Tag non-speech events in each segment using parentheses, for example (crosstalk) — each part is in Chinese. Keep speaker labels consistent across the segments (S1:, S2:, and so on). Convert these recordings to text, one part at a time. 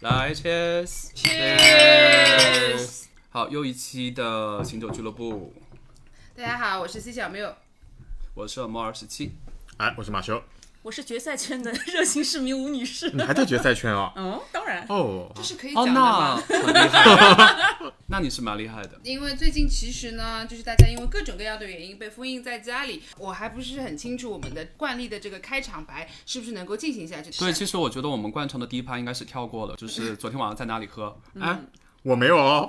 S1: 来，Cheers！
S2: Cheers！
S1: 好，又一期的醒酒俱乐部，
S2: 大家好，我是 C 小缪，
S1: 我是 m 二十七。
S3: 哎，我是马修，
S4: 我是决赛圈的 (laughs) 热心市民吴女士。
S3: 你还在决赛圈哦？
S4: 嗯，当然，
S3: 哦，
S2: 这是可以
S1: 哦，
S2: 讲的
S1: 那
S2: 吗？
S1: 很厉害， (laughs) 那你是蛮厉害的。
S2: 因为最近其实呢，就是大家因为各种各样的原因被封印在家里，我还不是很清楚我们的惯例的这个开场白是不是能够进行下去。
S1: 对，其实我觉得我们惯常的第一趴应该是跳过了，就是昨天晚上在哪里喝？哎，
S3: 我没有哦，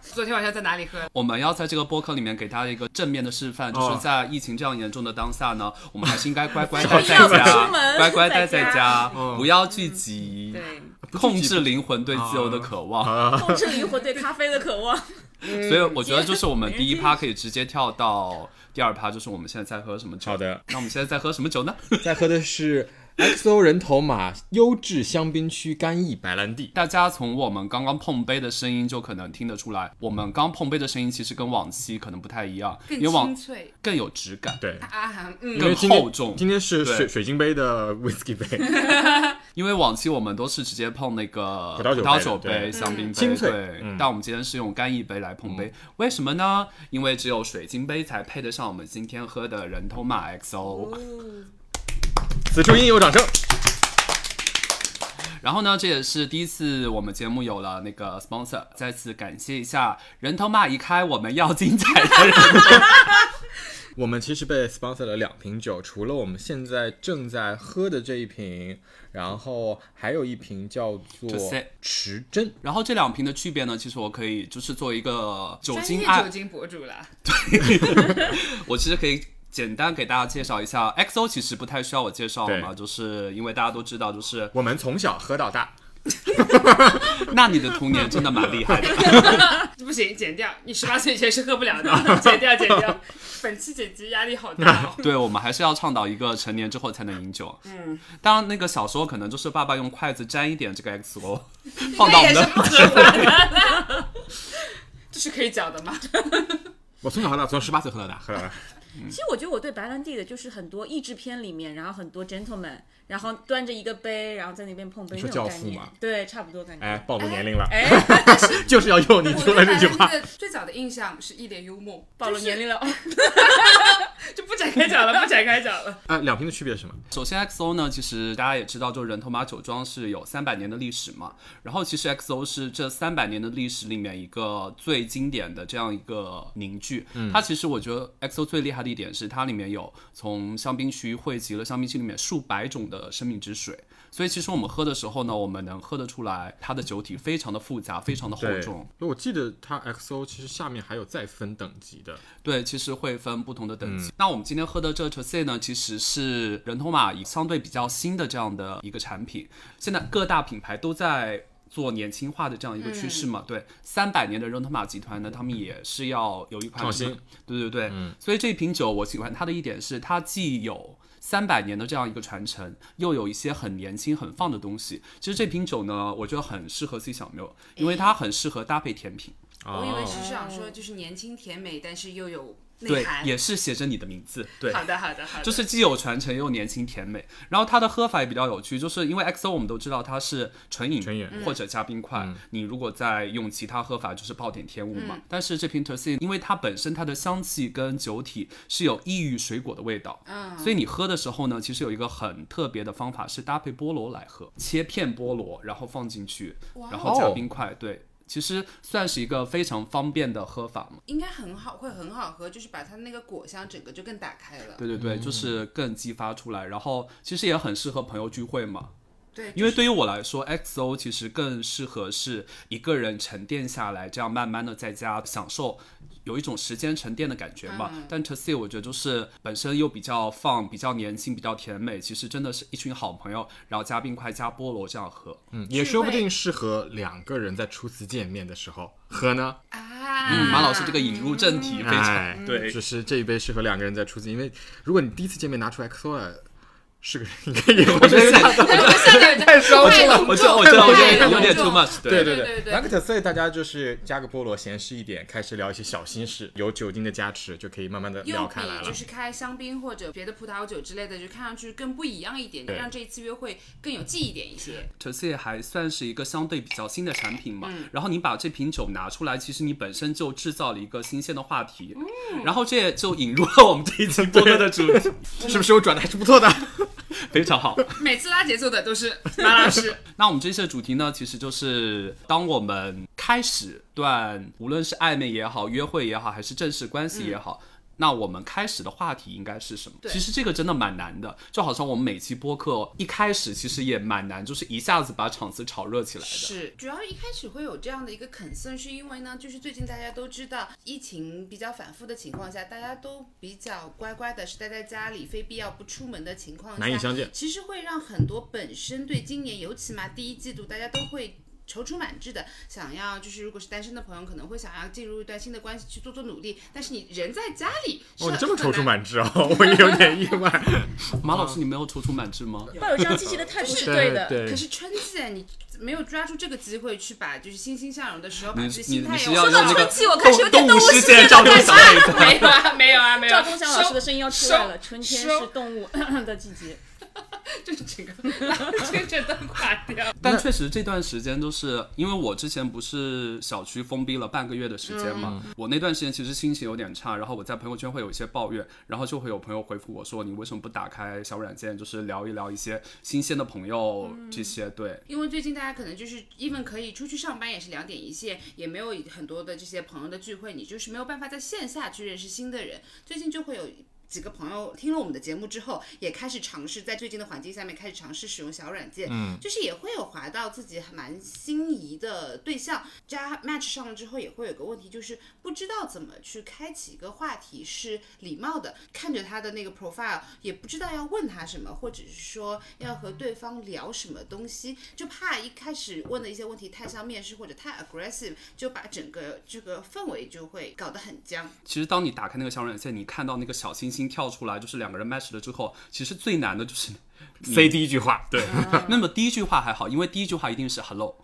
S2: 昨天晚上在哪里喝？
S1: 我们要在这个播客里面给大家一个正面的示范，就是
S3: 哦
S1: 在疫情这样严重的当下呢，我们还是应该乖乖待在
S4: 不要出
S1: 家，
S4: 门
S1: 乖乖待
S4: 在
S1: 在
S4: 家
S1: 家，
S3: 嗯
S1: 不要聚集，
S2: 对，
S1: 控制灵魂对自由的渴望。
S4: 控制灵魂对咖啡的渴
S2: (laughs)
S4: 望。
S1: 所以我觉得就是我们第一趴可以直接跳到第二趴，就是我们现在在喝什么酒。
S3: 好的，
S1: 那我们现在在喝什么酒呢？
S3: (laughs)
S1: (laughs)
S3: 在喝的是 XO 人头马优质香槟区干邑白兰地。
S1: 大家从我们刚刚碰杯的声音就可能听得出来，我们刚碰杯的声音其实跟往期可能不太一样，
S2: 更
S1: 因为往
S2: 清脆
S1: 更有质感，
S3: 对，
S2: 啊，哈嗯，
S3: 因为
S1: 更
S3: 今天
S1: 厚重。
S3: 今天是
S1: 对
S3: 水水晶杯的 whisky 杯，
S1: 因为往期我们都是直接碰那个
S3: 葡萄酒杯的
S1: 杯、
S3: 对
S1: 香槟杯，
S3: 清脆
S1: 对
S3: 嗯
S1: 但我们今天是用干邑杯来碰杯，为什么呢？因为只有水晶杯才配得上我们今天喝的人头马 XO。
S2: 哦
S3: 此处应有掌声。
S1: 然后呢，这也是第一次我们节目有了那个 sponsor，再次感谢一下。人头马一开，我们要精彩的
S2: (laughs)
S1: 人。
S3: 我们其实被 sponsor 了两瓶酒，除了我们现在正在喝的这一瓶，然后还有一瓶叫做
S1: 这些
S3: 池珍。
S1: 然后这两瓶的区别呢，其实我可以就是作为一个酒
S2: 专
S1: 精啊
S2: 业
S1: 爱
S2: 酒，精博主啦，
S1: 我其实可以。简单给大家介绍一下，XO 其实不太需要我介绍了嘛，
S3: 对
S1: 就是因为大家都知道，就是
S3: 我们从小喝到大，
S1: 那你的童年真的蛮厉
S2: (laughs)
S1: 害的。
S2: (laughs) 不行，剪掉，你十八岁以前是喝不了的， (laughs) 剪掉，剪掉。本期剪辑压力好大哦。
S1: 对，我们还是要倡导一个成年之后才能饮酒。嗯，当然那个小时候可能就是爸爸用筷子沾一点这个 XO，放
S2: (laughs)
S1: 到
S2: 那
S1: 我
S2: 也
S1: 们
S2: 是
S1: 的
S2: 不合法的啦，
S1: (laughs)
S2: 这是可以讲的吗？
S3: 我从小喝到大，从十八岁喝到大，喝到大。
S4: 其实我觉得我对白兰地的就是很多译制片里面，然后很多 gentleman，然后端着一个杯，然后在那边碰杯
S3: 你
S4: 那
S3: 说
S4: 种
S3: 教
S4: 概
S3: 父
S4: 念
S3: 吗。
S4: 对，差不多感
S3: (laughs)
S4: 觉。
S3: 哎，暴露年龄了， (laughs)
S4: 哎，
S3: 就是要用你
S2: 我
S3: 说
S2: 对白
S3: 的这句
S2: 兰
S3: 话。
S2: 地的最早的印象是一脸幽默，
S4: 暴露年
S2: (laughs)
S4: 龄了，哦
S2: 就不展开讲了，不展开讲了。
S3: 哎，两瓶的区别是什么？
S1: 首先，XO 呢，其实大家也知道，就是人头马酒庄是有三百年的历史嘛。然后，其实 XO 是这三百年的历史里面一个最经典的这样一个凝聚。它其实我觉得 XO 最厉害的一点是，它里面有从香槟区汇集了香槟区里面数百种的生命之水。所以，其实我们喝的时候呢，我们能喝得出来它的酒体非常的复杂，非常的厚
S3: 对，
S1: 重。
S3: 我记得它 XO 其实下面还有再分等级的，
S1: 对，其实会分不同的等级。
S3: 嗯
S1: 那我们今天喝的这 t r C 呢，其实是人头马相对比较新的这样的一个产品。现在各大品牌都在做年轻化的这样一个趋势嘛。
S2: 嗯
S1: 对，三百年的人头马集团呢，他们也是要有一款
S3: 创新。嗯
S1: 对对对，所以这瓶酒我喜欢它的一点是，它既有三百年的这样一个传承，又有一些很年轻、很放的东西。其实这瓶酒呢，我觉得很适合 C 小缪，因为它很适合搭配甜品，
S2: (laughs) 我以为
S3: 哦
S2: 是想说就是年轻甜美，但是又有内
S1: 对，
S2: 涵。
S1: 也是写着你的名字，对。
S2: 好的，好的，好的。
S1: 就是既有传承又年轻甜美。然后它的喝法也比较有趣，就是因为 XO 我们都知道它是纯饮
S3: 纯饮嗯
S1: 或者加冰块，你如果再用其他喝法就是暴殄天物嘛。但是这瓶 t e r c i n 因为它本身它的香气跟酒体是有异域水果的味道，嗯，所以你喝的时候呢，其实有一个很特别的方法是搭配菠萝来喝，切片菠萝然后放进去，然后加冰块，对。其实算是一个非常方便的喝法嘛，
S2: 应该很好，会很好喝，就是把它那个果香整个就更打开了。
S1: 对对
S3: 嗯
S1: 对，就是更激发出来，然后其实也很适合朋友聚会嘛，
S2: 对，
S1: 因为对于我来说，XO 其实更适合是一个人沉淀下来，这样慢慢的在家享受，有一种时间沉淀的感觉嘛。
S2: 嗯
S1: 但 t e s i 我觉得就是本身又比较放、比较年轻、比较甜美，其实真的是一群好朋友，然后加冰块、加菠萝这样喝。
S3: 嗯也说不定适合两个人在初次见面的时候喝呢。
S2: 啊，
S1: 嗯，马老师这个引入正
S2: 嗯
S1: 题非常、
S3: 哎，
S1: 对。
S3: 就是这一杯适合两个人在初次，因为如果你第一次见面拿出 XO 来，是个人应该也会
S1: 我觉得有点
S2: 下面
S1: (laughs)
S3: 太烧
S2: 太
S3: 了
S2: 隆重
S1: 我觉 (laughs) 得我觉得我觉得有点
S2: 太隆重
S1: too much，
S3: 对
S2: 对对
S3: 对
S2: 对
S3: 兰克特，所以大家就是加个菠萝，闲适一点，开始聊一些小心事，有酒精的加持，就可以慢慢的
S2: 又
S3: 聊
S2: 比
S3: 开来了
S2: 就。是开香槟或者别的葡萄酒之类的，就看上去更不一样一点，
S3: 对
S2: 让这一次约会更有记忆点一些。
S1: Terce 也还算是一个相对比较新的产品嘛，然后你把这瓶酒拿出来，其实你本身就制造了一个新鲜的话题，然后这也就引入了我们这一期播客的主题，
S3: 是不是我转的还是不错的？
S1: (laughs) 非常好。
S2: 每次拉节奏的都是马
S1: (laughs)
S2: 老师，
S1: 那我们这期的主题呢，其实就是当我们开始段，无论是暧昧也好、约会也好，还是正式关系也好。那我们开始的话题应该是什么？
S2: 对
S1: 其实这个真的蛮难的，就好像我们每期播客一开始其实也蛮难，就是一下子把场子炒热起来的。
S2: 是，主要一开始会有这样的一个 concern，是因为呢，就是最近大家都知道疫情比较反复的情况下，大家都比较乖乖的是待在家里，非必要不出门的情况下，
S3: 难以相见。
S2: 其实会让很多本身对今年，尤其嘛第一季度，大家都会。踌躇满志的想要，就是如果是单身的朋友，可能会想要进入一段新的关系去做做努力，但是你人在家里，是
S3: 哦，你这么
S2: 很
S3: 踌躇
S2: 难
S3: 满志哦，我也有点意外。
S1: 马老师，你没有踌躇满志吗？
S4: 抱有这样积极的态度是对的。
S3: 对
S2: 可是春季啊，你没有抓住这个机会去把就是欣欣向荣的时候，把
S1: 你
S2: 这
S1: 你
S2: 心态哦
S1: 你是
S2: 也
S1: 要
S2: 往
S1: 让
S2: 上
S1: 那个
S4: 春季我开始有点
S1: 动物
S4: 动物
S1: 世
S4: 世
S1: 界
S4: 界
S1: 照
S4: 的
S1: 着
S4: 感
S1: 想了一
S2: 没有啊，没有
S4: (laughs)
S2: 啊，没有、
S4: 赵
S2: 啊。
S4: 忠祥老师的声音要出来了，春天
S2: 收
S4: 是动
S2: (laughs)
S4: 物咳咳的季节。
S2: 就是整个 (laughs) 全全都垮掉。
S1: 但确实这段时间都是因为我之前不是小区封闭了半个月的时间嘛，我那段时间其实心情有点差，然后我在朋友圈会有一些抱怨，然后就会有朋友回复我说你为什么不打开小软件，就是聊一聊一些新鲜的朋友这些，对，
S2: 因为最近大家可能就是 even 可以出去上班也是两点一线，也没有很多的这些朋友的聚会，你就是没有办法在线下去认识新的人。最近就会有。几个朋友听了我们的节目之后，也开始尝试在最近的环境下面开始尝试使用小软件，嗯，就是也会有划到自己还蛮心仪的对象，加 match 上了之后，也会有个问题，就是不知道怎么去开启一个话题是礼貌的，看着他的那个 profile，也不知道要问他什么，或者是说要和对方聊什么东西，就怕一开始问的一些问题太像面试或者太 aggressive，就把整个这个氛围就会搞得很僵。
S1: 其实当你打开那个小软件，你看到那个小星星跳出来，就是两个人 match 了之后，其实最难的就是
S3: C 第一句话，对，
S1: (laughs) 那么第一句话还好，因为第一句话一定是 hello。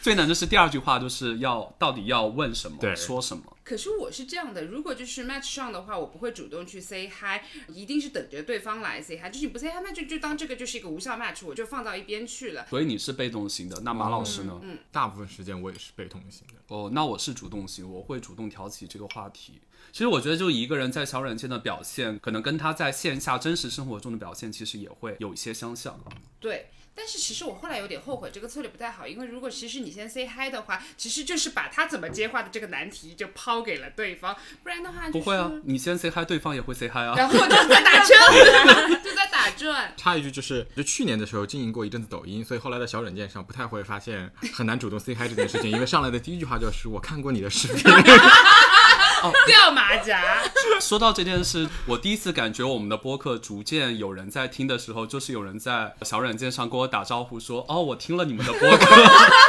S1: 最 (laughs) 难的是第二句话，就是要到底要问什么，
S3: 对
S1: 说什么。
S2: 可是我是这样的，如果就是 match 上的话，我不会主动去 say hi，一定是等着对方来 say hi。就是你不 say hi，那就就当这个就是一个无效 match，我就放到一边去了。
S1: 所以你是被动型的，那马老师呢？
S3: 大部分时间我也是被动型的。
S1: 哦，那我是主动型，我会主动挑起这个话题。其实我觉得，就一个人在小软件的表现，可能跟他在线下真实生活中的表现，其实也会有一些相像。
S2: 对，但是其实我后来有点后悔，这个策略不太好，因为如果其实你先 say hi 的话，其实就是把他怎么接话的这个难题就抛给了对方，不然的话、就是、嗯
S1: 不会啊，你先 say hi，对方也会 say hi 啊。
S2: 然后就在打转，就在打转。
S3: 插一句，就是就去年的时候经营过一阵子抖音，所以后来在小软件上不太会发现很难主动 say hi 这件事情，因为上来的第一句话就是我看过你的视频，哦
S2: 掉马甲，
S1: 说到这件事，我第一次感觉我们的播客逐渐有人在听的时候，就是有人在小软件上跟我打招呼说：“哦，我听了你们的播客。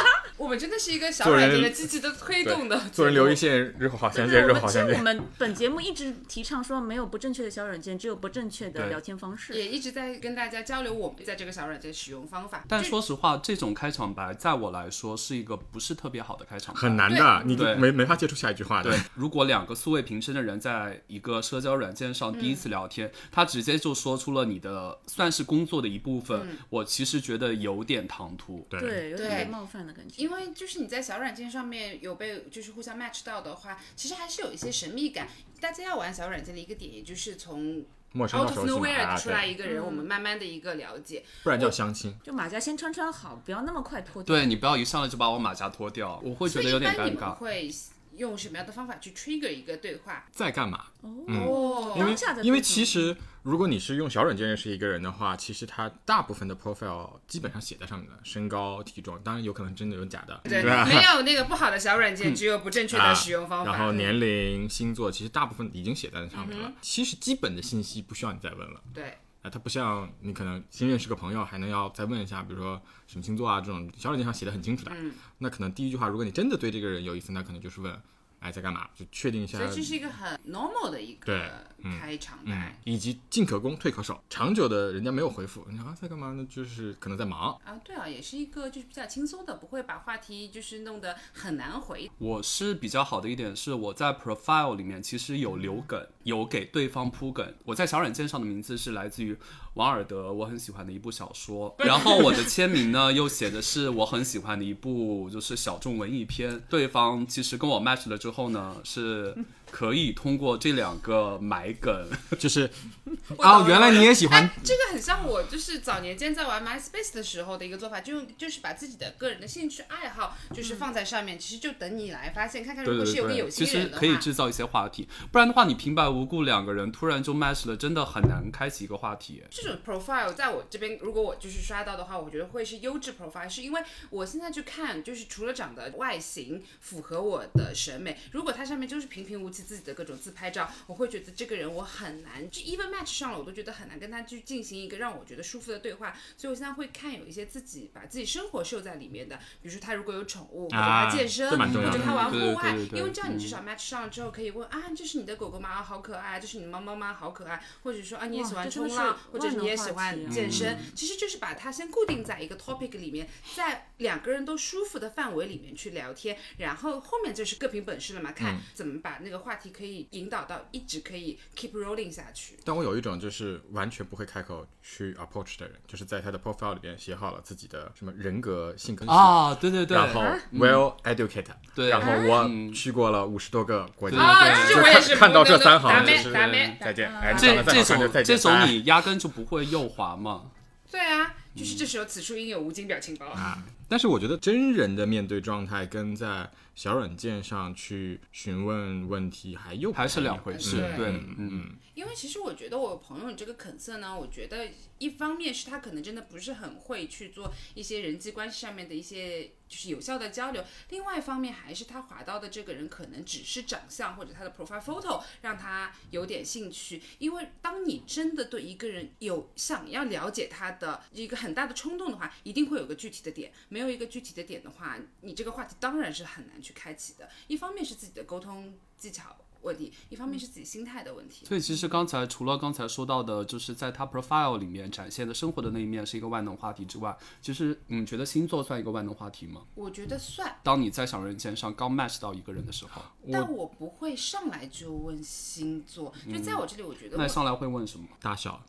S1: (laughs)
S2: 我们真的是一个小
S3: 做
S2: 软
S3: 人
S2: 件的积极的推动的，
S3: (laughs) 做人留一。线，日后好相见，
S4: 对，
S3: 日
S4: 我
S3: 后好
S4: 们
S3: 相
S4: 这我
S3: 见。
S4: 们本节目一直提倡说没有不正确的小软件，只有不正确的
S3: 对
S4: 聊天方式。
S2: 也一直在跟大家交流我们在这个小软件使用方法”，
S1: 但说实话，这种开场白在我来说是一个不是特别好的开场白，
S3: 很难的，你
S1: 对
S3: 没没法接触下一句话的
S1: 对。，如果两个素未平生的人在一个社交软件上第一
S2: 嗯
S1: 次聊天，他直接就说出了你的算是工作的一部分，
S2: 嗯
S1: 我其实觉得有点唐突。
S3: 对
S4: 对，有点
S2: 对
S4: 被冒犯的感觉。
S2: 因为就是你在小软件上面有被就是互相 match 到的话，其实还是有一些神秘感。大家要玩小软件的一个点，也就是从
S3: 陌生
S2: out
S3: 到
S2: of
S3: 熟悉嘛
S2: nowhere
S3: 啊，
S2: 出来
S3: 对，
S2: 一个人，我们慢慢的一个了解。
S3: 不然叫相亲。
S4: 就马甲先穿穿好，不要那么快脱掉。
S1: 对你不要一上来就把我马甲脱掉，我会觉
S2: 所
S1: 得
S2: 以
S1: 有
S2: 一
S1: 点
S2: 般你
S1: 尴
S2: 们
S1: 尬。
S2: 会用什么样的方法去 trigger 一个对
S3: (laughs)
S2: 话？
S3: 在干嘛？
S2: 哦
S3: 嗯因为
S4: 当下的
S3: 因为
S4: 对话
S3: 其实如果你是用小软件认识一个人的话，其实他大部分的 profile 基本上写在上面的，身高、体重，当然有可能真的有假的，
S2: 对，
S3: 吧？
S2: 没有那个不好的小软件，只有不正确的使用方法。
S3: 啊嗯
S2: 嗯
S3: 然后年龄、星座，其实大部分已经写在那上面了。其实基本的信息不需要你再问了。
S2: 对，
S3: 啊，它不像你可能新认识个朋友，还能要再问一下，比如说什
S2: 嗯
S3: 么星座啊这种小软件上写的很清楚的。那可能第一句话，如果你真的对这个人有意思，那可能就是问哎在干嘛，就确定一下
S2: 所以这是一个很 normal 的一
S3: 对
S2: 个开场
S3: 嗯
S2: 白、，
S3: 以及进可攻退可守。长久的人家没有回复，你啊在干嘛呢？就是可能在忙。
S2: 啊，对啊，也是一个就是比较轻松的，不会把话题就是弄得很难回。
S1: 我是比较好的一点是，我在 profile 里面其实有留梗，有给对方铺梗。我在小软件上的名字是来自于王尔德，我很喜欢的一部小说。然后我的签名呢， (laughs) 又写的是我很喜欢的一部就是小众文艺片。对方其实跟我 match 了之后呢，是可以通过这两个埋
S2: (laughs)
S1: 梗，
S3: 就是
S2: 懂
S3: 哦，
S2: 了
S3: 原来你也喜欢
S2: 这个很像我就是早年间在玩 MySpace 的时候的一个做法，就用就是把自己的个人的兴趣爱好就是放在上面，其实就等你来发现看看，
S1: 嗯
S2: 如
S1: 对
S2: 果
S1: 对
S2: 是有个
S1: 对，
S2: 有
S1: 其
S2: 心
S1: 实
S2: 人的话，
S1: 可以制造一些话题，不然的话你平白无故两个人突然就 match 了，真的很难开启一个话题。
S2: 这种 profile 在我这边，如果我就是刷到的话，我觉得会是优质 profile，是因为我现在去看，就是除了长得外形符合我的审美，如果它上面就是平平无奇自己的各种自拍照，我会觉得这个人我很难，就 even match 上了，我都觉得很难跟他去进行一个让我觉得舒服的对话。所以我现在会看有一些自己把自己生活秀在里面的，比如说他如果有宠物，或者他
S3: 啊
S2: 健身，
S3: 这蛮重
S2: 或
S3: 要
S2: 者
S3: 的
S2: 他玩
S1: 对对
S2: 户外，
S1: 对对对
S2: 因为这样
S3: 嗯
S2: 你至
S4: 嗯
S2: 少 match 上了之后可以问啊，这是你的狗狗吗？啊好可爱，这是你的猫猫吗？好可爱，或者说啊你也
S4: 哇
S2: 喜欢
S4: 这真
S2: 冲
S4: 的
S2: 浪
S4: 是，
S2: 或者
S4: 万
S2: 你
S4: 能
S2: 也
S4: 话
S2: 喜
S4: 题
S2: 欢
S4: 啊
S2: 健身，其实就是把它先固定在一个 topic 里面，在两个人都舒服的范围里面去聊天，然后后面就是各凭本事了嘛，
S4: 嗯
S2: 看怎么把那个话题可以引导到一直可以 keep rolling 下去。
S3: 但我有一种就是完全不会开口去 approach 的人，就是在他的 profile 里边写好了自己的什么人格、性格，
S1: 啊，对对对，嗯
S3: 然后 well educated，
S1: 对
S3: 然后我去过了五十多个国
S4: 嗯
S1: 对
S3: 家，
S1: 啊嗯
S2: 这
S1: 这
S2: 我
S3: 我
S2: 也
S3: 也
S2: 是
S3: 是看到这三行
S2: 打
S3: 就
S2: 咩
S3: 是
S2: 打咩，
S3: 再见，哎，你长
S1: 这
S3: 得再好
S1: 这
S3: 看就再
S1: 种
S3: 见，
S1: 这种
S3: 哎
S1: 你压根就不会右滑嘛。
S2: 对啊，就是这时候此处应有无尽表情包。
S4: 啊
S3: 但是我觉得真人的面对状态跟在小软件上去询问问题还又不
S1: 还是
S3: 太一
S1: 两
S3: 样
S1: 回事
S2: 嗯，
S1: 对，
S3: 嗯
S1: 嗯，
S2: 因为其实我觉得我朋友这个 concern 呢，我觉得一方面是他可能真的不是很会去做一些人际关系上面的一些就是有效的交流，另外一方面还是他滑到的这个人可能只是长相或者他的 profile photo 让他有点兴趣，因为当你真的对一个人有想要了解他的一个很大的冲动的话，一定会有个具体的点，没有一个具体的点的话，你这个话题当然是很难去开启的。一方面是自己的沟通技巧问题，一方面是自己心态的问题。
S1: 所以其实刚才除了刚才说到的，就是在他 profile 里面展现的生活的那一面是一个万能话题之外，其实你觉得星座算一个万能话题吗？
S2: 我觉得算，
S1: 当你在小人间上刚 match 到一个人的时候，
S2: 但我不会上来就问星座，就在我这里，我觉得
S1: 嗯那
S2: 我
S1: 上来会问什么？
S3: 大小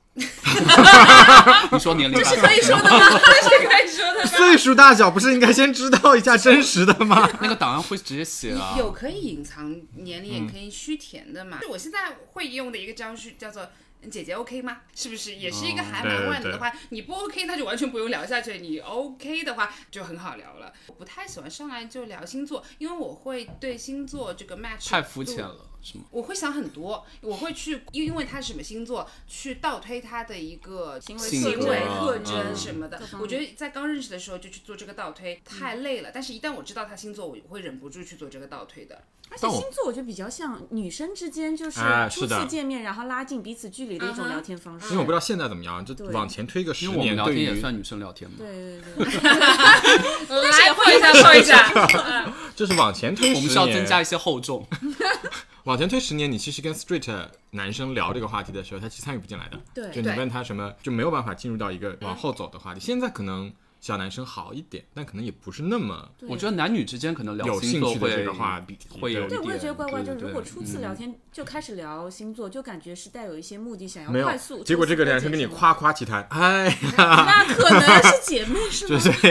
S1: 你说年龄大小，
S2: 以说的吗？这是可以说
S1: 啊
S2: 的
S3: 岁数大小不是应该先知道一下真实的吗？
S1: 那个档案会直接写 (laughs) 啊嗯
S2: 你。有可以隐藏年龄，也可以虚填的嘛。就我现在会用的一个招式叫做“嗯姐姐 OK 吗？”是不是也是
S1: 哦
S2: 一个还蛮万能的话？你不 OK，那就完全不用聊下去；你 OK 的话，就很好聊了。我不太喜欢上来就聊星座，因为我会对星座这个 match
S1: 太肤浅
S2: 度
S1: 了，是吗？
S2: 我会想很多，我会去因因为他是什么星座去倒推他的一个
S4: 行为
S1: 性
S2: 行
S1: 格
S2: 为
S1: 啊
S2: 特征
S1: 嗯
S2: 什么的
S4: 各。方
S2: 我觉
S4: 面
S2: 得在刚认识的时候就去做这个倒推太累了，但是一旦我知道他星座，我会忍不住去做这个倒推的。
S4: 而且
S3: 但我
S4: 星座我觉得比较像女生之间就是
S3: 哎
S4: 初
S3: 是的
S4: 次见面，然后拉近彼此距离的一
S2: 嗯
S4: 种
S2: 哼
S4: 聊天方式。
S3: 因为我不知道现在怎么样，就往前推个十
S1: 因为我们
S3: 年，
S1: 聊
S3: 对
S1: 天也
S3: 于
S1: 算女生聊天嘛。
S4: 对对对，
S2: 来碰一下，碰一下。
S3: 就是往前推十年，
S1: 我们是要增加一些厚重，
S3: 往前推十年，你其实跟 straight 男生聊这个话题的时候，他其实参与不进来的。
S4: 对
S3: 就你
S2: 对
S3: 问他什么，就没有办法进入到一个往后走的话题。现在可能小男生好一点，但可能也不是那么
S4: 对
S1: 我觉得男女之间可能聊
S3: 有
S1: 星
S3: 兴
S1: 座
S3: 趣的
S1: 会
S3: 这个话题。
S1: 会有一
S4: 对，
S1: 点
S4: 我也觉得怪怪，
S1: 对
S4: 就
S1: 对
S4: 如果初次聊
S1: 嗯
S4: 天就开始聊星座，就感觉是带有一些目的，想
S3: 没
S4: 要
S3: 有
S4: 快速。，
S3: 结果这个
S4: 快
S3: 男
S4: 速
S3: 生跟你
S4: 解决，
S3: 夸夸其谈，哎，
S4: (laughs)
S3: (laughs)
S4: 那可能是姐妹是吗？
S2: (laughs)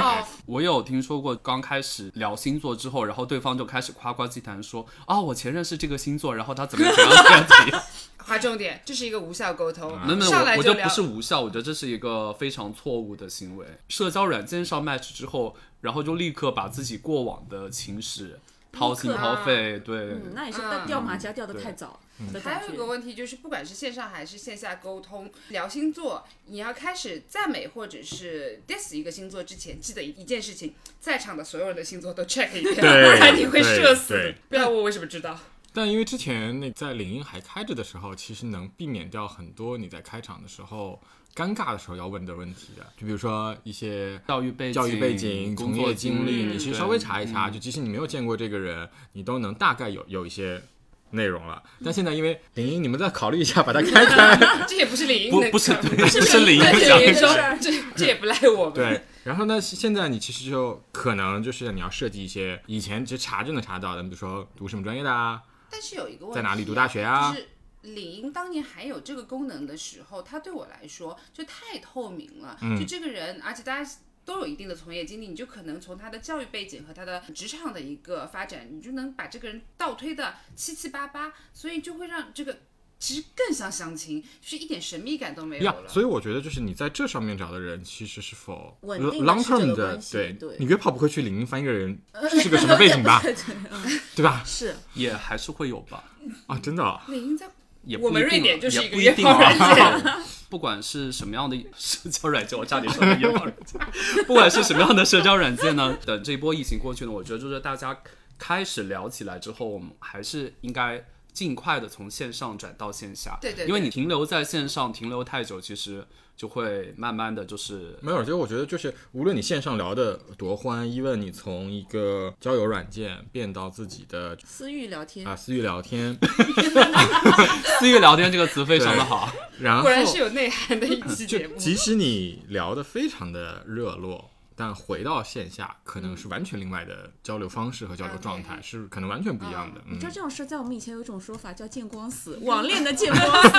S2: 哦，
S1: 我有听说过，刚开始聊星座之后，然后对方就开始夸夸其谈说啊，我前任是这个星座，然后他怎么样怎么样怎么样。
S2: 划重点，这是一个无效沟通。
S1: 没有没有，
S2: 上来
S1: 我我觉得
S2: 聊
S1: 不是无效，我觉得这是一个非常错误的行为。社交软件上 match 之后，然后就立刻把自己过往的情史掏心掏肺，对。
S4: 嗯，那也是
S2: 嗯
S4: 掉马甲掉的太早
S3: 嗯
S4: 的感
S2: 还有一个
S3: (laughs)
S4: 觉。
S2: 问题就是，不管是线上还是线下沟通聊星座，你要开始赞美或者是 diss 一个星座之前，记得一件事情，在场的所有人的星座都 check 一遍，不
S3: 对
S2: 然你会
S3: 对
S2: 社死
S3: 对
S2: 的。不要问我为什么知道。
S3: 但因为之前那在领英还开着的时候，其实能避免掉很多你在开场的时候尴尬的时候要问的问题的，就比如说一些
S1: 教育背景、
S3: 教育背景、
S1: 工
S3: 从
S1: 作
S3: 业经
S1: 历，
S3: 历，你其实
S1: 对嗯
S3: 稍微查一查，就即使你没有见过这个人，你都能大概有有一些内容了。但现在因为林英，你们再考虑一下，把它
S1: (laughs)
S3: 开开。
S2: 这也不是领英
S1: 不
S2: 的
S1: 不是
S2: 事儿
S1: 对
S2: 不
S1: 不是领英
S2: 的
S1: 讲的
S2: 事
S4: 事
S2: 儿
S4: 儿
S2: 这这也不赖我们。
S3: 对，然后呢，现在你其实就可能就是你要设计一些以前只查就能查到的，比如说读什么专业的啊，
S2: 但是有一个问题，
S3: 在哪里读大学啊
S2: 就是领英当年还有这个功能的时候，它对我来说就太透明了。
S3: 嗯
S2: 就这个人，而且大家。都有一定的从业经历，你就可能从他的教育背景和他的职场的一个发展，你就能把这个人倒推的七七八八，所以就会让这个其实更像相亲，就是一点神秘感都没有
S3: 呀
S2: 了。
S3: 所以我觉得就是你在这上面找的人，其实是否
S4: 稳定
S3: long
S4: 的是这
S3: term
S4: 个
S3: 的
S4: 关，系
S3: 对，
S4: 对，
S3: 你约炮不会去领英翻一个人是个什么背景吧
S4: (laughs) 对对嗯
S3: 对吧？
S4: 是
S1: 也还是会有吧。
S3: 啊，真的哦、
S2: 领英在
S1: 也不
S2: 我们
S1: 一定
S2: 瑞典
S1: 了
S2: 就是
S1: 也
S2: 一个
S1: 不
S2: 约
S1: 定
S2: 炮
S1: 啊
S2: 软件
S1: (laughs) 不管是什么样的社交软件，我差点说成约炮软件， (laughs) 不管是什么样的社交软件呢，等这一波疫情过去呢，我觉得就是大家开始聊起来之后，我们还是应该。尽快的从线上转到线下，
S2: 对对对
S1: 因为你停留在线上停留太久，其实就会慢慢的就是
S3: 没有，就我觉得就是，无论你线上聊的多欢，even 你从一个交友软件变到自己的
S4: 私域聊天
S3: 啊，私域聊天，
S1: 私域聊天这个词非常的好，
S3: 然后
S2: 果然是有内涵的一期节
S3: 啊就
S2: 目。
S3: 即使你聊得非常的热络，但回到线下可能是完全另外的交流方式和交流状态，
S2: 嗯
S3: 是可能完全不一样的。
S4: 你
S3: 嗯
S4: 知道，这种事，在我们以前有一种说法叫“见光死”，网恋的见光
S2: (laughs)
S4: 死。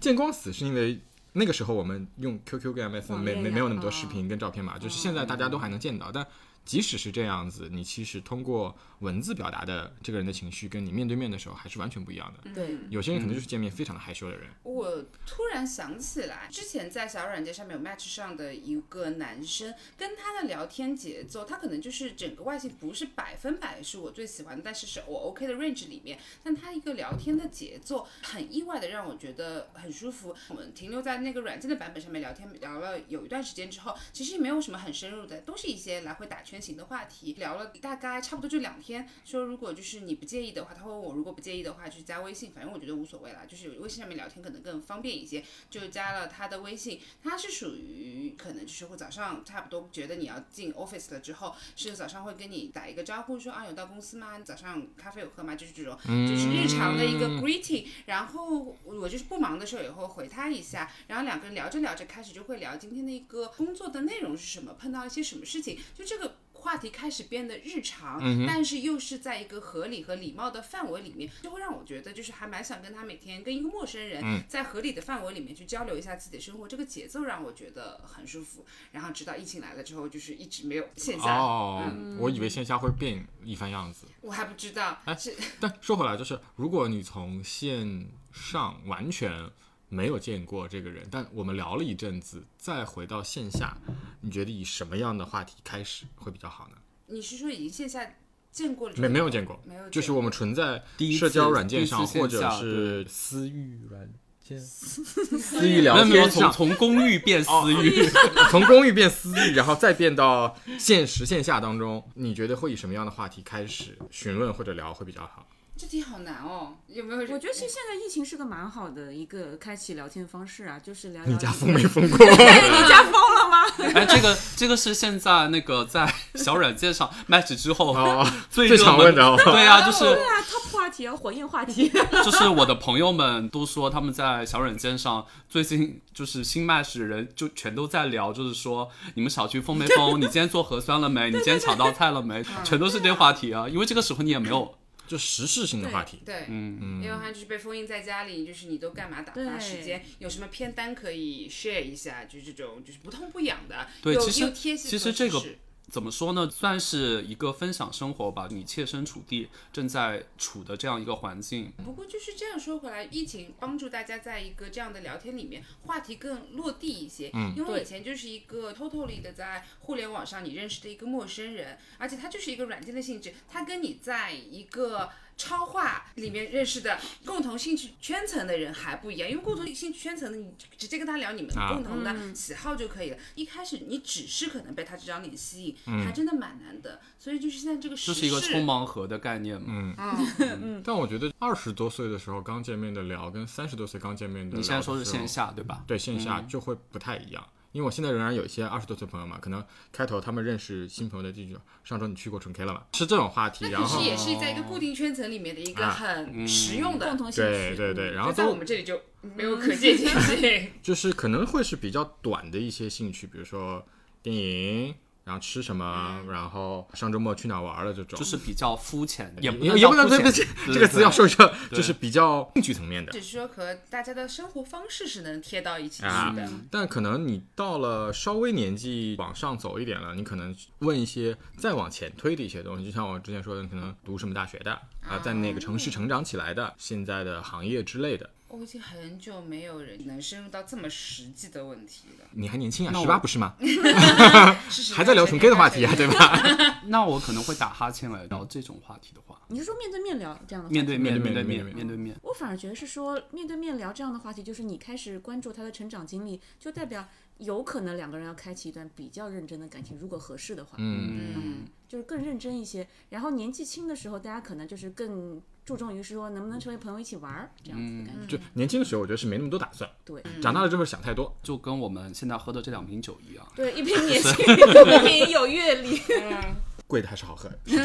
S3: 见光死是因为那个时候我们用 QQ 跟 MSN
S4: 网
S3: 没
S4: 恋
S3: 没
S4: 呀
S3: 没有那么多
S4: 哦
S3: 视频跟照片嘛，就是现在大家都还能见到，但即使是这样子，你其实通过文字表达的这个人的情绪，跟你面对面的时候还是完全不一样的。
S4: 对，
S3: 有些人
S1: 嗯
S3: 可能就是见面非常的害羞的人，
S2: 我突然想起来，之前在小软件上面有 Match 上的一个男生，跟他的聊天节奏，他可能就是整个外形不是百分百是我最喜欢的，但是是我 OK 的 range 里面，但他一个聊天的节奏，很意外的让我觉得很舒服。我们停留在那个软件的版本上面聊天，聊了有一段时间之后，其实也没有什么很深入的，都是一些来回打圈型的话题，聊了大概差不多就两天。说如果就是你不介意的话，他会问我，如果不介意的话就加微信，反正我觉得无所谓啦，就是微信上面聊天可能更方便一些，就加了他的微信。他是属于可能就是会早上差不多觉得你要进 office 了之后，是早上会跟你打一个招呼说啊有到公司吗？早上咖啡有喝吗？就是这种，就是日常的一个 greeting。然后我就是不忙的时候也会回他一下，然后两个人聊着聊着开始就会聊今天的一个工作的内容是什么，碰到一些什么事情，就这个。话题开始变得日常，
S3: 嗯
S2: 但是又是在一个合理和礼貌的范围里面，就会让我觉得就是还蛮想跟他每天跟一个陌生
S3: 嗯
S2: 人在合理的范围里面去交流一下自己的生活，这个节奏让我觉得很舒服。然后直到疫情来了之后，就是一直没有线下，
S3: 哦，
S1: 嗯
S3: 我以为线下会变一番样子。
S2: 我还不知道是
S3: 但说回来，就是如果你从线上完全没有见过这个人，但我们聊了一阵子，再回到线下，你觉得以什么样的话题开始会比较好呢？
S2: 你是说已经线下见过了？
S3: 没没有见过，
S2: 没有见过
S3: 就是我们纯在
S1: 第一次
S3: 社交软件上
S1: 第一次线
S3: 或者
S1: 下
S3: 是私域软件、私域聊
S1: 没有
S3: 天
S1: 从
S3: 上，
S1: 从公寓变私
S2: 哦
S1: 域，
S3: 从 (laughs) 公寓变私域，然后再变到现实线下当中，你觉得会以什么样的话题开始询问或者聊会比较好？
S2: 这题好难哦，有没有？
S4: 我觉得其实现在疫情是个蛮好的一个开启聊天方式啊，就是聊聊
S3: 你家
S4: 疯 (laughs)
S3: 疯没疯过？
S4: 你家疯了吗？
S1: 哎，这个这个是现在那个在小软件上 match 之后
S3: (laughs) 哦
S1: 最
S3: 最
S1: 热
S3: 常
S1: 门
S3: 问的哦
S1: (laughs) 对
S4: (laughs)
S1: 啊，就是
S4: 对啊，top 话题啊，火焰话题。
S1: 就是我的朋友们都说他们在小软件上最近就是新 match 的人就全都在聊，就是说你们小区封没封？你今天做核酸了没？你今天抢到菜了没？全都是这话题啊，因为这个时候你也没有
S3: 就时事性的话题。
S2: 对，嗯，因为他就是被封印在家里，就是你都干嘛打发
S4: 对
S2: 时间？有什么片单可以 share 一下？就这种就是不痛不痒的，
S1: 对
S2: 又
S1: 其实
S2: 又贴心
S1: 其
S2: 和
S1: 实这
S2: 舒
S1: 个
S2: 适
S1: 怎么说呢，算是一个分享生活吧，你切身处地正在处的这样一个环境，
S2: 不过就是这样说回来，疫情帮助大家在一个这样的聊天里面，话题更落地一些。嗯，因为以
S4: 对
S2: 前就是一个 totally 的在互联网上你认识的一个陌生人，而且他就是一个软件的性质，他跟你在一个。超话里面认识的共同兴趣圈层的人还不一样，因为共同兴趣圈层的你直接跟他聊你们
S3: 啊
S2: 共同的喜好就可以了。一开始你只是可能被他这张脸吸引，还真的蛮难的。所以就是现在这个时
S1: 就
S2: 事，
S1: 是一个匆忙盒的概念嘛。
S3: 嗯
S2: 嗯
S3: 但我觉得二十多岁的时候刚见面的聊，跟三十多岁刚见面
S1: 你
S3: 的聊的时
S1: 现
S3: 候，
S1: 在说是线下嗯对吧？
S3: 对线下就会不太一样。因为我现在仍然有一些二十多岁朋友嘛，可能开头他们认识新朋友的第一句，上周你去过纯 K 了吗？是这种话题，
S2: 那
S3: 然
S2: 可
S3: 后
S2: 是也是在一个固定圈层里面的一个
S3: 啊
S2: 很实用的，
S4: 共同兴
S3: 对
S4: 趣。
S3: 对对，然后
S2: 就嗯在我
S3: 都
S2: 们这里就没有可借鉴性。
S3: 就是可能会是比较短的一些兴趣，比如说电影，然后吃什
S2: 嗯
S3: 么，然后上周末去哪儿玩了这种，
S1: 就是比较肤浅，也
S3: 哦也也不
S1: 叫
S3: 能对
S1: 肤
S3: 不起
S1: 浅，
S3: 这个词要。
S1: 对对对
S3: 说一说，
S1: 对
S3: 就是比较兴趣层面
S2: (laughs)
S3: 的
S2: 只。是说和大家的生活方式是能贴到一起去
S3: 啊
S2: 的。
S3: 但可能你到了稍微年纪往上走一点了，你可能问一些再往前推的一些东西，就像我之前说的，你可能读什么大学的啊，在哪个城市成长起来的，现在的行业之类的。
S2: 我已经很久没有人能深入到这么实际的问题了。
S3: 你还年轻啊，
S1: 那我
S3: 十八不是吗？
S2: 是实
S3: (laughs) 还在聊纯 gay 的话题啊，对吧？
S1: 那我可能会打哈欠来聊这种话题的话，
S4: 你是说面对面聊这样的话题
S1: 面对面
S3: 面
S1: 对
S3: 对面
S1: 面面对面，
S4: 我反而觉得是说，面对面聊这样的话题，就是你开始关注他的成长经历，就代表有可能两个人要开启一段比较认真的感情，如果合适的话，
S3: 嗯，
S4: 就是更认真一些。然后年纪轻的时候，大家可能就是更注重于说能不能成为朋友一起玩儿这样子的感觉。
S3: 嗯就年轻的时候，我觉得是没那么多打算，
S4: 对
S3: 长大了之后想太多。
S1: 就跟我们现在喝的这两瓶酒一样。
S4: 对，一瓶年轻，一瓶有阅历，
S3: 贵的还是好喝的，是
S2: (laughs)
S3: 这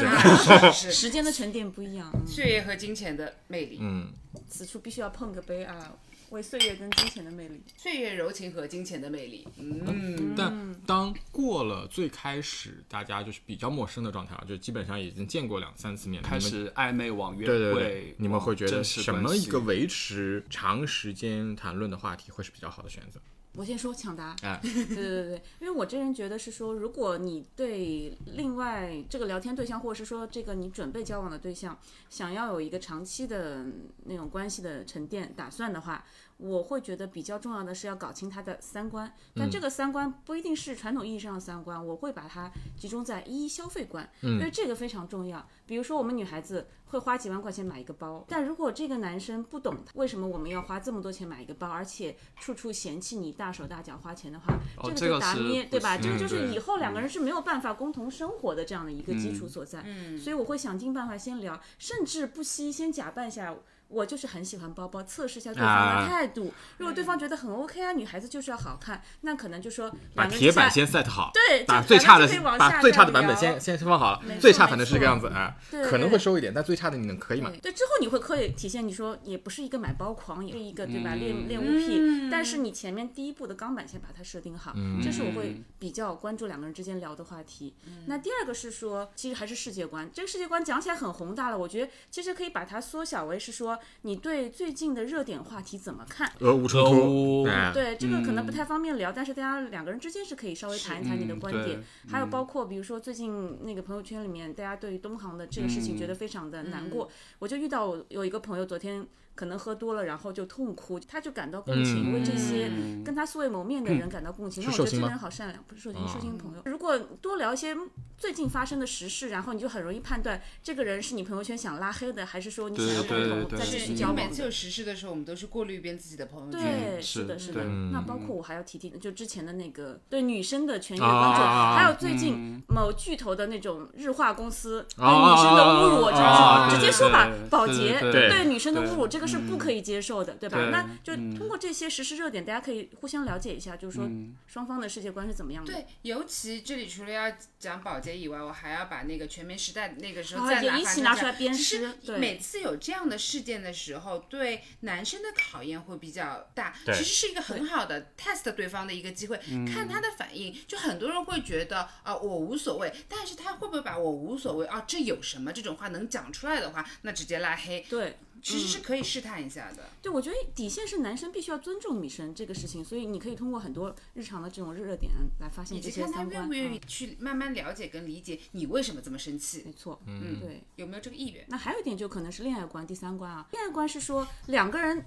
S2: (laughs) 是
S3: 样。
S2: 是是，
S4: (laughs) 时间的沉淀不一样。嗯
S2: 岁月和金钱的魅力，
S3: 嗯，
S4: 此处必须要碰个杯啊，为岁月跟金钱的魅力。
S2: 岁月柔情和金钱的魅力。嗯，
S3: 但当过了最开始大家就是比较陌生的状态啊，就基本上已经见过两三次面，
S1: 开
S3: 你们
S1: 始暧昧往约会，
S3: 对对对，你们会觉得
S1: 正式
S3: 什么
S1: 关
S3: 一
S1: 系
S3: 个维持长时间谈论的话题会是比较好的选择？
S4: 我先说抢答，
S3: 哎
S4: (laughs) 对对对对，因为我这人觉得是说，如果你对另外这个聊天对象，或者是说这个你准备交往的对象，想要有一个长期的嗯那种关系的沉淀打算的话，我会觉得比较重要的是要搞清他的三观。但
S1: 嗯
S4: 这个三观不一定是传统意义上的三观，我会把它集中在一消费观，因
S1: 嗯
S4: 为这个非常重要。比如说我们女孩子会花几万块钱买一个包，但如果这个男生不懂为什么我们要花这么多钱买一个包，而且处处嫌弃你大手大脚花钱的话，
S1: 哦这
S4: 这个就
S1: 个
S4: 打
S1: 是
S4: 咩，
S1: 不嗯
S4: 对吧？
S1: 行
S4: 这个就是
S3: 对
S4: 以后两个人是没有办法共同生活的这样的一个基
S3: 嗯
S4: 础所在。所以我会想尽办法先聊，甚至不惜先假扮一下。我就是很喜欢包包，测试一下对方
S3: 啊
S4: 的态度。如果对方觉得很 OK 啊，女孩子就是要好看，那可能就说
S3: 把
S4: 两个人
S3: 铁
S4: 下
S3: 板先 set 好，
S4: 对，
S3: 把
S4: 就
S3: 最差的
S4: 反正就可以往
S3: 把
S4: 下
S3: 最
S4: 再
S3: 差的版本
S4: 聊
S3: 先先放好了，
S4: 错
S3: 最差反正是
S4: 没
S3: 这个
S4: 错
S3: 样子啊，
S4: 对
S3: 可能会收一点，但最差的你能可以吗？
S4: 对对，之后你会可以体现你说也不是一个买包狂，也是一个对吧恋恋物癖，但是你前面第一步的钢板先把它设定好，这是我会比较关注两个人之间聊的话题。那第二个是说，其实还是世界观，这个世界观讲起来很宏大了，我觉得其实可以把它缩小为是说你对最近的热点话题怎么看。
S3: 俄乌冲
S1: 俄
S3: 突，
S1: 乌
S3: 哎，
S4: 对，这个可能不太方便聊，但是大家两个人之间是可以稍微谈一谈你的
S1: 嗯
S4: 观
S1: 对
S4: 点，还有包括比如说最近那个朋友圈里面，大家对于东航的这个事情觉得非常的
S2: 嗯
S4: 难过，我就遇到我有一个朋友昨天。可能喝多了，然后就痛哭，他就感到共情，
S3: 嗯
S4: 为这些跟他素未谋面的人感到共情。那我
S3: 是寿
S4: 觉得
S3: 星
S4: 这个
S3: 吗
S4: 人好善良，不是寿星，
S3: 啊
S4: 寿星朋友。如果多聊一些最近发生的时事，然后你就很容易判断这个人是你朋友圈想拉黑的，还是说你想要
S1: 对
S4: 共同
S1: 对
S4: 再
S1: 对
S4: 继
S2: 是
S4: 续
S2: 因
S4: 交
S2: 为
S4: 往
S2: 每
S4: 的。
S2: 次有时事的时候，我们都是过滤一遍自己的朋友圈。
S4: 对，
S1: 嗯
S4: 是的，
S1: 是
S4: 是的
S1: 对。
S4: 那包
S2: 嗯
S4: 括我还要提提，就之前的那个对女生的全员
S3: 啊
S4: 关注，
S3: 啊啊啊
S4: 还有最近某巨头的那种日化公司对
S3: 啊啊啊
S4: 女生的侮辱，我觉
S3: 啊啊啊啊
S4: 得是直接说吧
S1: 对对，
S4: 保洁
S1: 对
S3: 对
S4: 对女生的侮辱，
S1: 对
S4: 这个是不可以接受的，对吧
S1: 对？
S4: 那就通过这些实时热点，大家可以互相了解一下，就是说双方的世界观是怎么样的。
S2: 对，尤其这里除了要讲保洁以外，我还要把那个全民时代那个时候
S4: 啊
S2: 再
S4: 也
S2: 拿
S4: 一
S2: 反
S4: 起
S2: 正
S4: 拿
S2: 这
S4: 出
S2: 样
S4: 来鞭
S2: 其实
S4: 尸对
S2: 每次有这样的事件的时候，对男生的考验会比较大，
S3: 对
S2: 其实是一个很好的 test 对方的一个机会，看他的反应。就很多人会觉得啊、我无所谓，但是他会不会把我无所谓啊，这有什么这种话能讲出来的话，那直接拉黑，
S4: 对，
S2: 其
S4: 嗯
S2: 实是可以试探一下的。
S4: 对，我觉得底线是男生必须要尊重女生这个事情，所以你可以通过很多日常的这种热点来发现
S2: 以
S4: 这
S2: 及
S4: 些
S2: 看他
S4: 三观。
S2: 愿不愿意
S4: 嗯
S2: 去慢慢了解跟理解你为什么这么生气，
S4: 没错，嗯，对。
S2: 有没有这个意愿。
S4: 那还有一点就可能是恋爱观，第三观啊，恋爱观是说两个人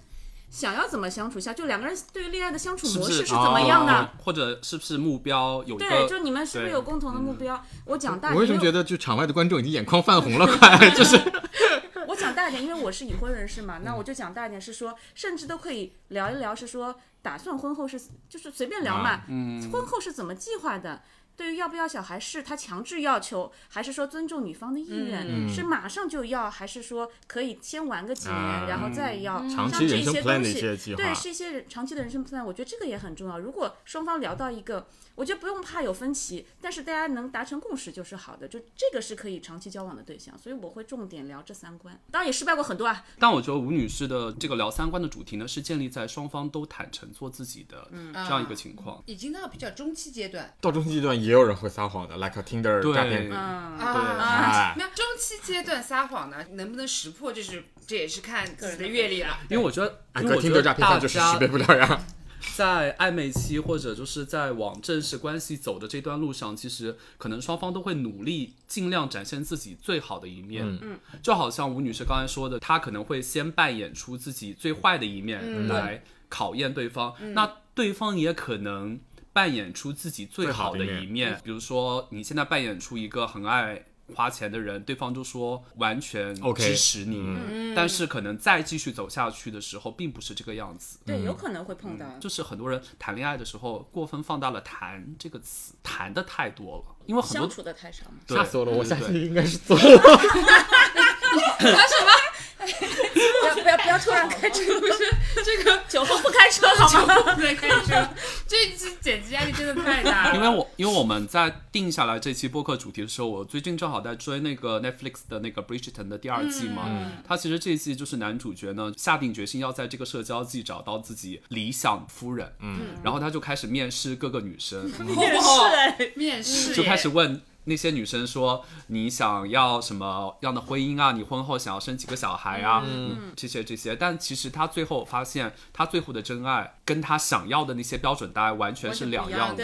S4: 想要怎么相处下，就两个人对于恋爱的相处
S1: 是不
S4: 模
S1: 是
S4: 式怎么样的。
S1: 哦或者是不是目标有一
S4: 对，
S1: 个
S4: 就你们是不是有共同的目标？我讲大，
S3: 我为什么
S4: 你
S3: 觉
S4: 有
S3: 得就场外的观众已经眼眶泛红了？快，就是
S4: 我讲大一点，因为我是已婚人士嘛，那我就讲大一点是说，甚至都可以聊一聊，是说打算婚后是就是随便聊
S3: 啊
S4: 嘛，
S3: 嗯
S4: 婚后是怎么计划的。对于要不要小孩，是他强制要求，还是说尊重女方的意愿？
S1: 嗯
S4: 是马上就要，还是说可以先玩个几年，
S3: 啊
S4: 然后再要？
S3: 长
S4: 像
S3: 期
S4: 这
S3: 人生
S4: 些
S3: plan
S4: 东
S3: 的一
S4: 西
S3: 些计划
S4: 对，是一些人长期的人生 plan，我觉得这个也很重要。如果双方聊到一个，我觉得不用怕有分歧，但是大家能达成共识就是好的，就这个是可以长期交往的对象。所以我会重点聊这三观，当然也失败过很多啊。
S1: 但我觉得吴女士的这个聊三观的主题呢，是建立在双方都坦诚做自己的
S4: 嗯
S1: 这样一个情况。
S3: 嗯
S2: 已经到比较中期阶段
S3: 到中期阶段也有人会撒谎的，like a Tinder
S1: 对
S3: 诈骗。
S1: 啊
S4: 嗯，
S2: 啊
S3: 哎
S2: 没有中期阶段撒谎呢，能不能识破，就是这也是看自己的阅历了。
S1: 因为我觉得，
S3: 哎
S1: 因
S3: 哥
S1: 为我觉
S3: ，Tinder
S1: 得
S3: 诈
S1: 大
S3: 骗犯就是识别
S1: 家
S3: 不了呀。
S1: 在暧昧期或者就是在往正式关系走的这段路上，其实可能双方都会努力尽量展现自己最好的一面。嗯，就好像吴女士刚才说的，她可能会先扮演出自己最坏的一
S3: 嗯
S1: 面来考验对方，那对方也可能。扮演出自己最好的
S3: 最好的
S1: 一
S3: 一嗯
S1: 面，比如说你现在扮演出一个很爱花钱的人，对方就说完全
S3: OK，
S1: 支持你但是可能再继续走下去的时候，并不是这个样子。
S3: 嗯
S4: 对，有可能会碰到。
S1: 就是很多人谈恋爱的时候过分放大了“谈”这个词，谈的太多了，因为很
S4: 相
S1: 多
S4: 处的太少嘛，
S1: 对
S3: 吓死我了！我下
S1: 对对
S3: 去应该是做
S4: 不要不要不要突然开车，不是这个 (laughs) 酒后不开车好
S2: (laughs)
S4: 吗？
S2: 对，可以说 (laughs) 这一期剪辑压力真的太大了。
S1: 因为我因为我们在定下来这期播客主题的时候，我最近正好在追那个 Netflix 的那个《Bridgerton》的第二季嘛，
S4: 嗯
S3: 嗯
S1: 他其实这一季就是男主角呢下定决心要在这个社交季找到自己理想夫人，嗯，然后他就开始面试各个女
S4: (laughs)
S1: 生，
S4: 也是哎，
S2: 面试
S1: 就开始
S2: 耶
S1: 问那些女生说：“你想要什么样的婚姻啊？你婚后想要生几个小孩啊？嗯、这些这些。”但其实他最后发现，他最后的真爱跟他想要的那些标准答案完全是两样的。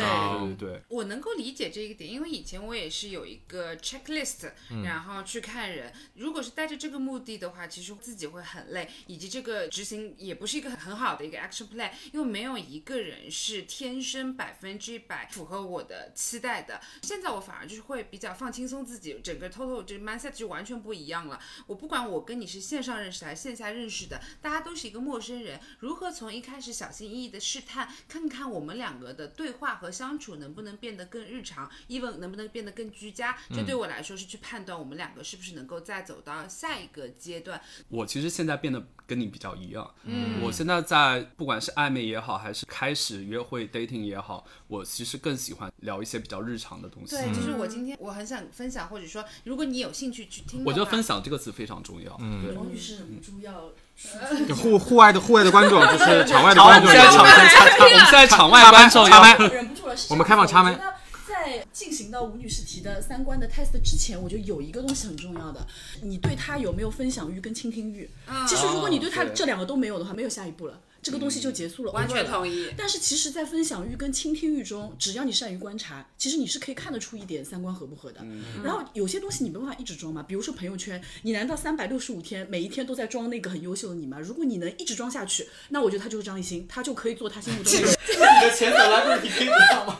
S1: 对
S2: 完
S1: 对对，
S2: 我能够理解这一个点，因为以前我也是有一个 checklist，、然后去看人。如果是带着这个目的的话，其实自己会很累，以及这个执行也不是一个很好的一个 action plan，因为没有一个人是天生百分之一百符合我的期待的。现在我反而就是会比较放轻松自己，整个 total 这 mindset 就完全不一样了。我不管我跟你是线上认识的还是线下认识的，大家都是一个陌生人，如何从一开始小心翼翼的试探，看看我们两个的对话和相处能不能变得更日常，even 能不能变得更居家，这
S1: 嗯
S2: 对我来说是去判断我们两个是不是能够再走到下一个阶段。
S1: 我其实现在变得跟你比较一样。嗯，我现在在不管是暧昧也好，还是开始约会 dating 也好，我其实更喜欢聊一些比较日常的东西。嗯
S2: 对，就是我今天我很想分享，或者说如果你有兴趣去听的
S1: 我
S2: 话，
S1: 觉得分享这个词非常重要。嗯，对。
S5: 王女士忍不住要说
S3: 户户外的户外的观众，就是场外的
S1: 好，我
S3: 观
S1: 们
S3: 众
S1: 现。在场外，我们现在场外观众
S3: 插
S1: 要
S3: 麦，
S5: 啊忍不住了。是这样子
S3: 我们开放插麦。
S5: 我觉得在进行到吴女士提的三观的 test 之前，我觉得有一个东西很重要的，你对她有没有分享欲跟倾听欲？
S4: 啊
S5: 其实如果你对她
S1: 对
S5: 这两个都没有的话，没有下一步了，这个东西就结束了。
S4: 嗯
S2: 完全
S5: over 了
S2: 同意
S5: 但是其实，在分享欲跟倾听欲中，只要你善于观察，其实你是可以看得出一点三观合不合的。
S4: 嗯
S5: 然后有些东西你没办法一直装嘛，比如说朋友圈，你难道三百六十五天每一天都在装那个很优秀的你吗？如果你能一直装下去，那我觉得他就是张艺兴，他就可以做他心目中的人。
S3: 你的钱走来不是你听到吗？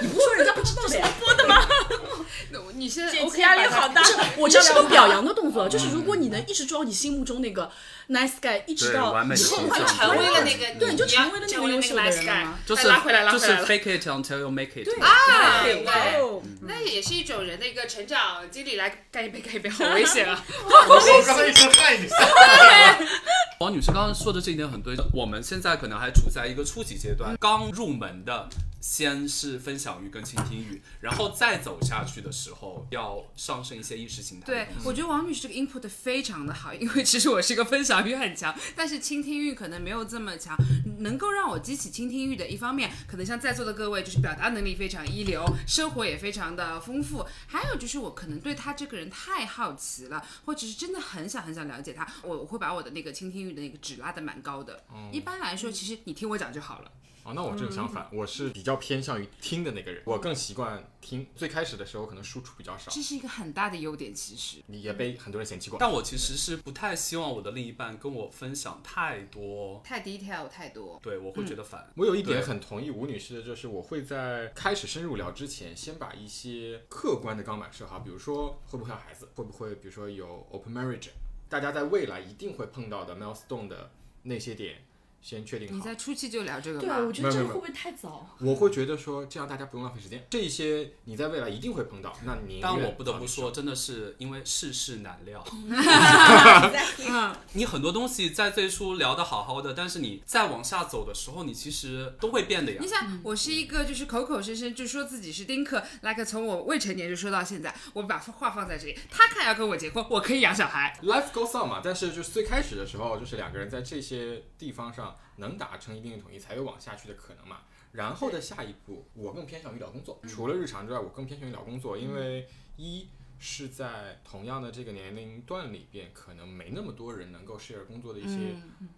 S5: 你不说人家不知道的呀。
S2: 你现在
S4: 姐
S2: OK
S4: 姐压力
S2: 把它
S4: 好大
S5: 不。是，我这是
S4: (laughs)
S5: 个表扬的动作，就是如果你能一直装你心目中那个 nice guy，一直到
S1: 完美
S5: 以后
S1: 形
S5: 会
S1: 象
S5: 成
S2: 成为
S5: 为
S2: 了那个，
S5: 对，你就
S2: 一样
S5: 成为了那
S2: 成
S5: 个
S2: 为
S5: 优秀的人
S2: nice
S5: 了
S2: guy
S5: 吗？
S1: 就是
S2: 拉回来，拉
S1: 就
S2: 回
S1: 是
S2: 来了。
S1: fake it until you make it。
S2: 啊
S4: 对
S2: 哇哦那也是一种人的一个成长经历。来，干一杯，干一杯，好危险啊！
S3: 我刚才一声汉语。
S1: 王女士刚刚说的这一点很对，我们现在可能还处在一个初级阶段，刚入门的。先是分享欲跟倾听欲，然后再走下去的时候，要上升一些意识形态的
S2: 对
S1: 东西。，
S2: 我觉得王女士这个 input 非常的好，因为其实我是一个分享欲很强，但是倾听欲可能没有这么强。能够让我激起倾听欲的一方面，可能像在座的各位就是表达能力非常一流，生活也非常的丰富，还有就是我可能对他这个人太好奇了，或者是真的很想很想了解他，我我会把我的那个倾听欲的那个值拉的蛮高的。一般来说，其实你听我讲就好了。
S3: (laughs) 哦，那我正相反，我是比较偏向于听的那个人，我更习惯听。最开始的时候可能输出比较少，
S2: 这是一个很大的优点，其实。
S3: 你也被很多人嫌弃过。
S1: 但我其实是不太希望我的另一半跟我分享太多，
S2: 太 detail 太多，
S1: 对我会觉得烦。
S3: 我有一点
S1: 对
S3: 很同意吴女士的，就是我会在开始深入聊之前，先把一些客观的杠板设好，比如说会不会要孩子，会不会比如说有 open marriage，大家在未来一定会碰到的 milestone 的那些点先确定
S2: 你
S3: 好。
S2: 在初期就聊这个
S5: 对啊，
S2: 吧
S5: 我？觉得这
S3: 没有没有没有
S5: 个会不会太早？
S3: 我会觉得说这样大家不用浪费时间，这一些你在未来一定会碰到，那你
S1: 但我不得不说，真的是因为世事难
S2: (laughs)
S1: 料。你很多东西在最初聊得好好的，但是你再往下走的时候，你其实都会变的呀
S2: 你。想，我是一个就是口口声声就说自己是丁克，like 从我未成年就说到现在，我把话放在这里，他看要跟我结婚，我可以养小孩。
S3: life goes on 嘛，但是就是最开始的时候，就是两个人在这些地方上能达成一定的统一，才有往下去的可能嘛。然后的下一步，我更偏向于找工作。除了日常之外，我更偏向于找工作，因为一是在同样的这个年龄段里边，可能没那么多人能够 share 工作的一些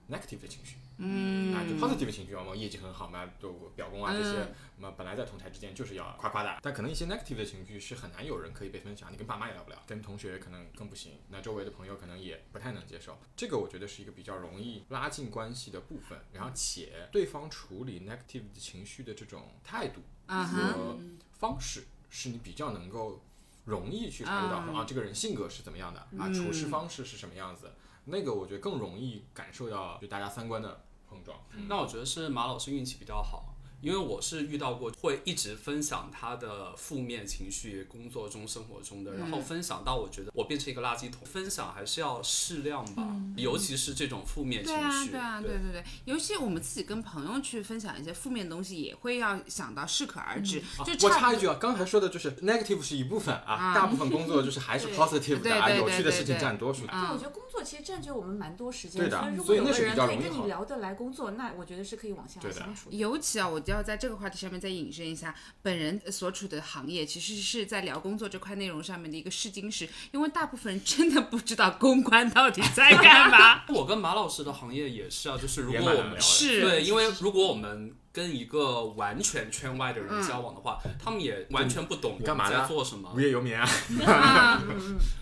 S3: negative 的情绪，嗯，啊，就 positive 的情绪，往往业绩很好嘛，都表功啊这些，那么本来在同台之间就是要夸夸的，但可能一些 negative 的情绪是很难有人可以被分享，你跟爸妈也聊不了，跟同学可能更不行，那周围的朋友可能也不太能接受，这个我觉得是一个比较容易拉近关系的部分，然后且对方处理 negative 的情绪的这种态度
S2: 啊哈，
S3: 和方式，是你比较能够容易去察觉到说啊，这个人性格是怎么样的
S2: 嗯
S3: 啊，处事方式是什么样子，那个我觉得更容易感受到就大家三观的碰撞。
S1: 那我觉得是马老师运气比较好，因为我是遇到过会一直分享他的负面情绪，工作中、生活中的，然
S2: 嗯
S1: 后分享到我觉得我变成一个垃圾桶。分享还是要适量吧，尤其是这种负面情
S2: 嗯对啊，
S1: 绪。。
S2: 对啊，对对对，尤其我们自己跟朋友去分享一些负面的东西，也会要想到适可而止，就
S3: 我
S2: 差
S3: 插
S2: 不
S3: 一句啊，刚才说的就是 negative 是一部分啊，大部分工作就是还是 positive 的啊，
S2: 对对对
S3: 有趣的
S2: 对
S3: 事情
S2: 对嗯
S3: 占多数。
S4: 对，我觉得工作其实占据我们蛮多时间
S3: 对
S4: 的，
S3: 的
S4: 以
S3: 所
S4: 如果
S3: 以
S4: 有
S3: 那
S4: 个
S3: 是比
S4: 人
S3: 较
S4: 可以
S3: 容易
S4: 跟
S3: 好
S4: 你聊得来工作，那我觉得是可以往下
S3: 对的
S4: 相处的。
S2: 尤其啊，我就要在这个话题上面再引申一下，本人呃所处的行业其实是在聊工作这块内容上面的一个试金石，因为大部分人真的不知道公关到底在干嘛
S1: 我跟马老师的行业也是啊，就是如
S3: 也
S1: 果
S3: 蛮
S1: 我
S3: 难聊
S1: 们
S3: 的
S2: 是
S1: 对，因为如果我们跟一个完全圈外的
S4: 嗯
S1: 人交往的话，他们也完全不懂
S3: 你干嘛
S1: 我们在
S3: 呢
S1: 做什么
S3: 无。业游民啊， (laughs)
S2: 啊，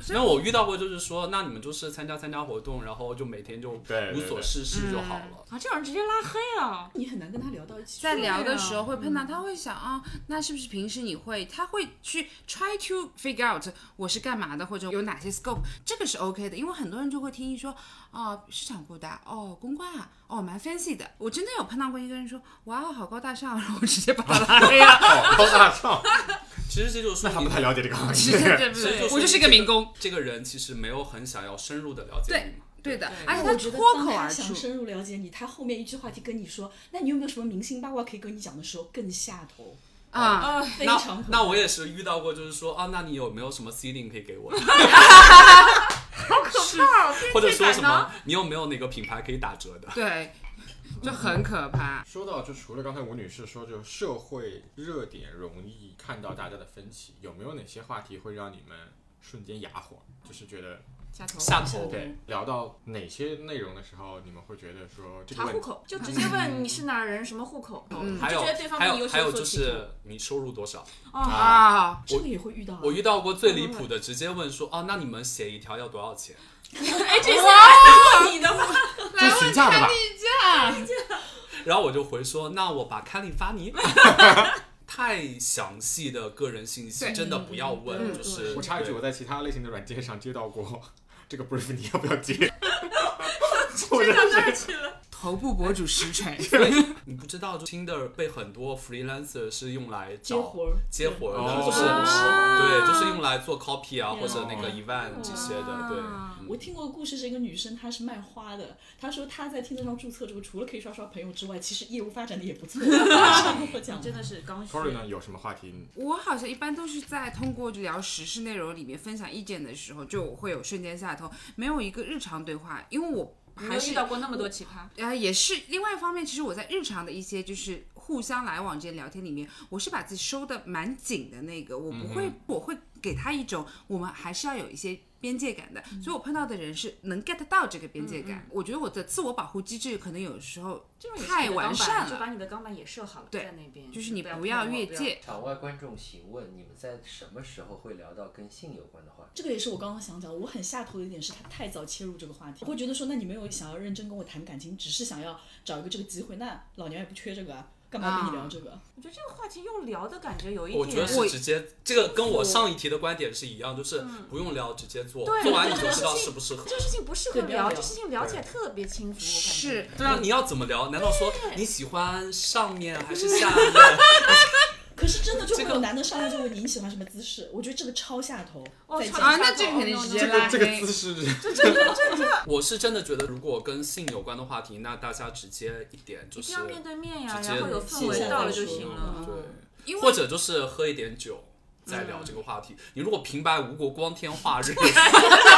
S1: 因为我遇到过，就是说，那你们就是参加参加活动，然后就每天就
S3: 对
S1: 无
S3: 对
S1: 所事事就好了。
S4: 啊，这种人直接拉黑了。
S5: 你很难跟他聊到一起去。
S2: 在聊的时候会碰到，他会想啊、那是不是平时你会，他会去 try to figure out 我是干嘛的，或者有哪些 scope，这个是 OK 的，因为很多人就会听一说，哦，市场部的啊，哦，公关啊，哦，蛮 fancy 的。我真的有碰到过一个人说，哇哦，好高大上，然后 (laughs) 我直接把他拉黑了。
S3: 哦，高大上，
S1: 其实这就是说
S3: 他不太了解这
S2: (laughs)
S3: 个行
S2: 是，
S3: 业。
S2: 对不
S1: 所以
S2: 对？
S1: 说
S2: 我就是个民工。
S1: 这个人其实没有很想要深入的了解你嘛。
S2: 对的，而且
S5: 而且
S2: 他
S5: 我觉
S2: 脱
S5: 得
S2: 口
S5: 当他
S2: 而
S5: 想
S2: 出。
S5: 深入了解你，他后面一句话题跟你说，那你有没有什么明星八卦可以跟你讲的时候更下头
S2: 啊， (laughs)
S4: 啊，
S5: 非
S1: 那
S5: 常
S1: 那我也是遇到过，就是说啊，那你有没有什么 C 令可以
S4: (laughs)
S1: 给我？
S4: 可怕，
S1: 或者说什么？你有没有哪个品牌可以打折的？
S2: 对，就很可怕。
S3: (laughs) 说到就除了刚才吴女士说，就社会热点容易看到大家的分歧，有没有哪些话题会让你们瞬间哑火？就是觉得
S2: 下头
S1: 下头
S3: 对聊到哪些内容的时候，你们会觉得说这个
S4: 查
S3: 问
S4: 户
S3: 题
S4: 口就直接问你是哪人，什么户口，嗯
S1: 还
S4: 就
S1: 有
S4: 觉得对方
S1: 还
S4: 跟你
S1: 有
S4: 有
S1: 还有
S4: 所
S1: 就
S4: 企图。
S1: 是你收入多少？
S2: 啊，
S5: 这个也会遇到啊。
S1: 我遇到过最离谱的，直接问说啊，那你们写一条要多少钱？
S4: 哎，这是你的话，
S3: 这是询价的吧？
S1: 然后我就回说，那我把刊例发你。太详细的个人信息
S2: 对
S1: 真的不要问，
S5: 嗯
S1: 就是
S3: 我插一句，我在其他类型的软件上接到过 (laughs) 这个 brief，你要不
S2: (laughs)
S3: 要接？我真的是
S2: 头部博主实 (laughs) 锤。
S1: 你不知道，就 Tinder 被很多 freelancer 是用来
S5: 接
S1: 找
S5: 活儿
S1: 接活儿
S3: 哦
S1: 的，就是
S2: 啊
S1: 对，就是用来做 copy 啊，
S5: 嗯
S1: 或者那个 event 这些的，对。嗯
S5: 我听过个故事，是一个女生，她是卖花的。她说她在听得上注册之后，除了可以刷刷朋友之外，其实业务发展的也不错。 (laughs) 她这样跟我讲，
S4: 真的是刚需
S3: c o。r y 呢有什么话题？
S2: 我好像一般都是在通过聊时事内容里面分享意见的时候，就会有瞬间下头，没有一个日常对话，因为我还
S4: 还
S2: 是
S4: 遇到过那么多奇葩，
S2: 啊，也是。另外一方面，其实我在日常的一些就是互相来往之间聊天里面，我是把自己收的蛮紧的那个，我不会，我会给他一种我们还是要有一些边界感的。所以我碰到的人是能 get 到这个边界感。我觉得我的自我保护机制可能有时候
S4: 这种也是
S2: 太
S4: 你的
S2: 完
S4: 钢板
S2: 善
S4: 就
S2: 了，
S4: 把你的钢板也设好了，
S2: 对
S4: 在那边，
S2: 就是你
S4: 不
S2: 不要
S4: 碰我
S2: 越
S4: 不要
S2: 界。
S6: 场外观众请问，你们在什么时候会聊到跟性有关的话题？
S5: 这个也是我刚刚想讲的。我很下头的一点是，她太早切入这个话题，我会觉得说，那你没有想要认真跟我谈感情，只是想要找一个这个机会，那老娘也不缺这个啊。干嘛跟你聊这个？
S4: 我觉得这个话题又聊的感觉有一点，
S1: 我觉得是直接，这个跟我上一题的观点是一样，就是不用聊，直接做，做完你就知道适不适合
S4: 这。个事情不适合
S5: 对不要
S4: 聊，
S5: 聊
S4: 这事情聊起来特别轻浮，我感觉。
S2: 是
S1: 对啊，你要怎么聊？难道说你喜欢上面还是下
S4: (laughs)
S1: 面？
S5: (laughs) 可是真的就会
S1: 这
S5: 有
S1: 个
S5: 男的上来就问你喜欢什么姿势，我觉得这个超下头。
S4: 哦
S5: 再
S4: 超
S5: 见
S2: 啊，那这个肯定直接
S3: 这
S2: 拉
S3: 个这个
S2: 黑
S3: 姿。势，
S1: 我是真的觉得，如果跟性有关的话题，那大家直接一点，就
S4: 一
S1: 是
S4: 定要面对面呀，
S1: 直接
S4: 然后有氛围到了就
S1: 嗯
S4: 行了。嗯
S1: 对，或者就是喝一点酒。再聊这个话题，你如果平白无故光天化
S4: (laughs)
S1: 日，
S3: (laughs)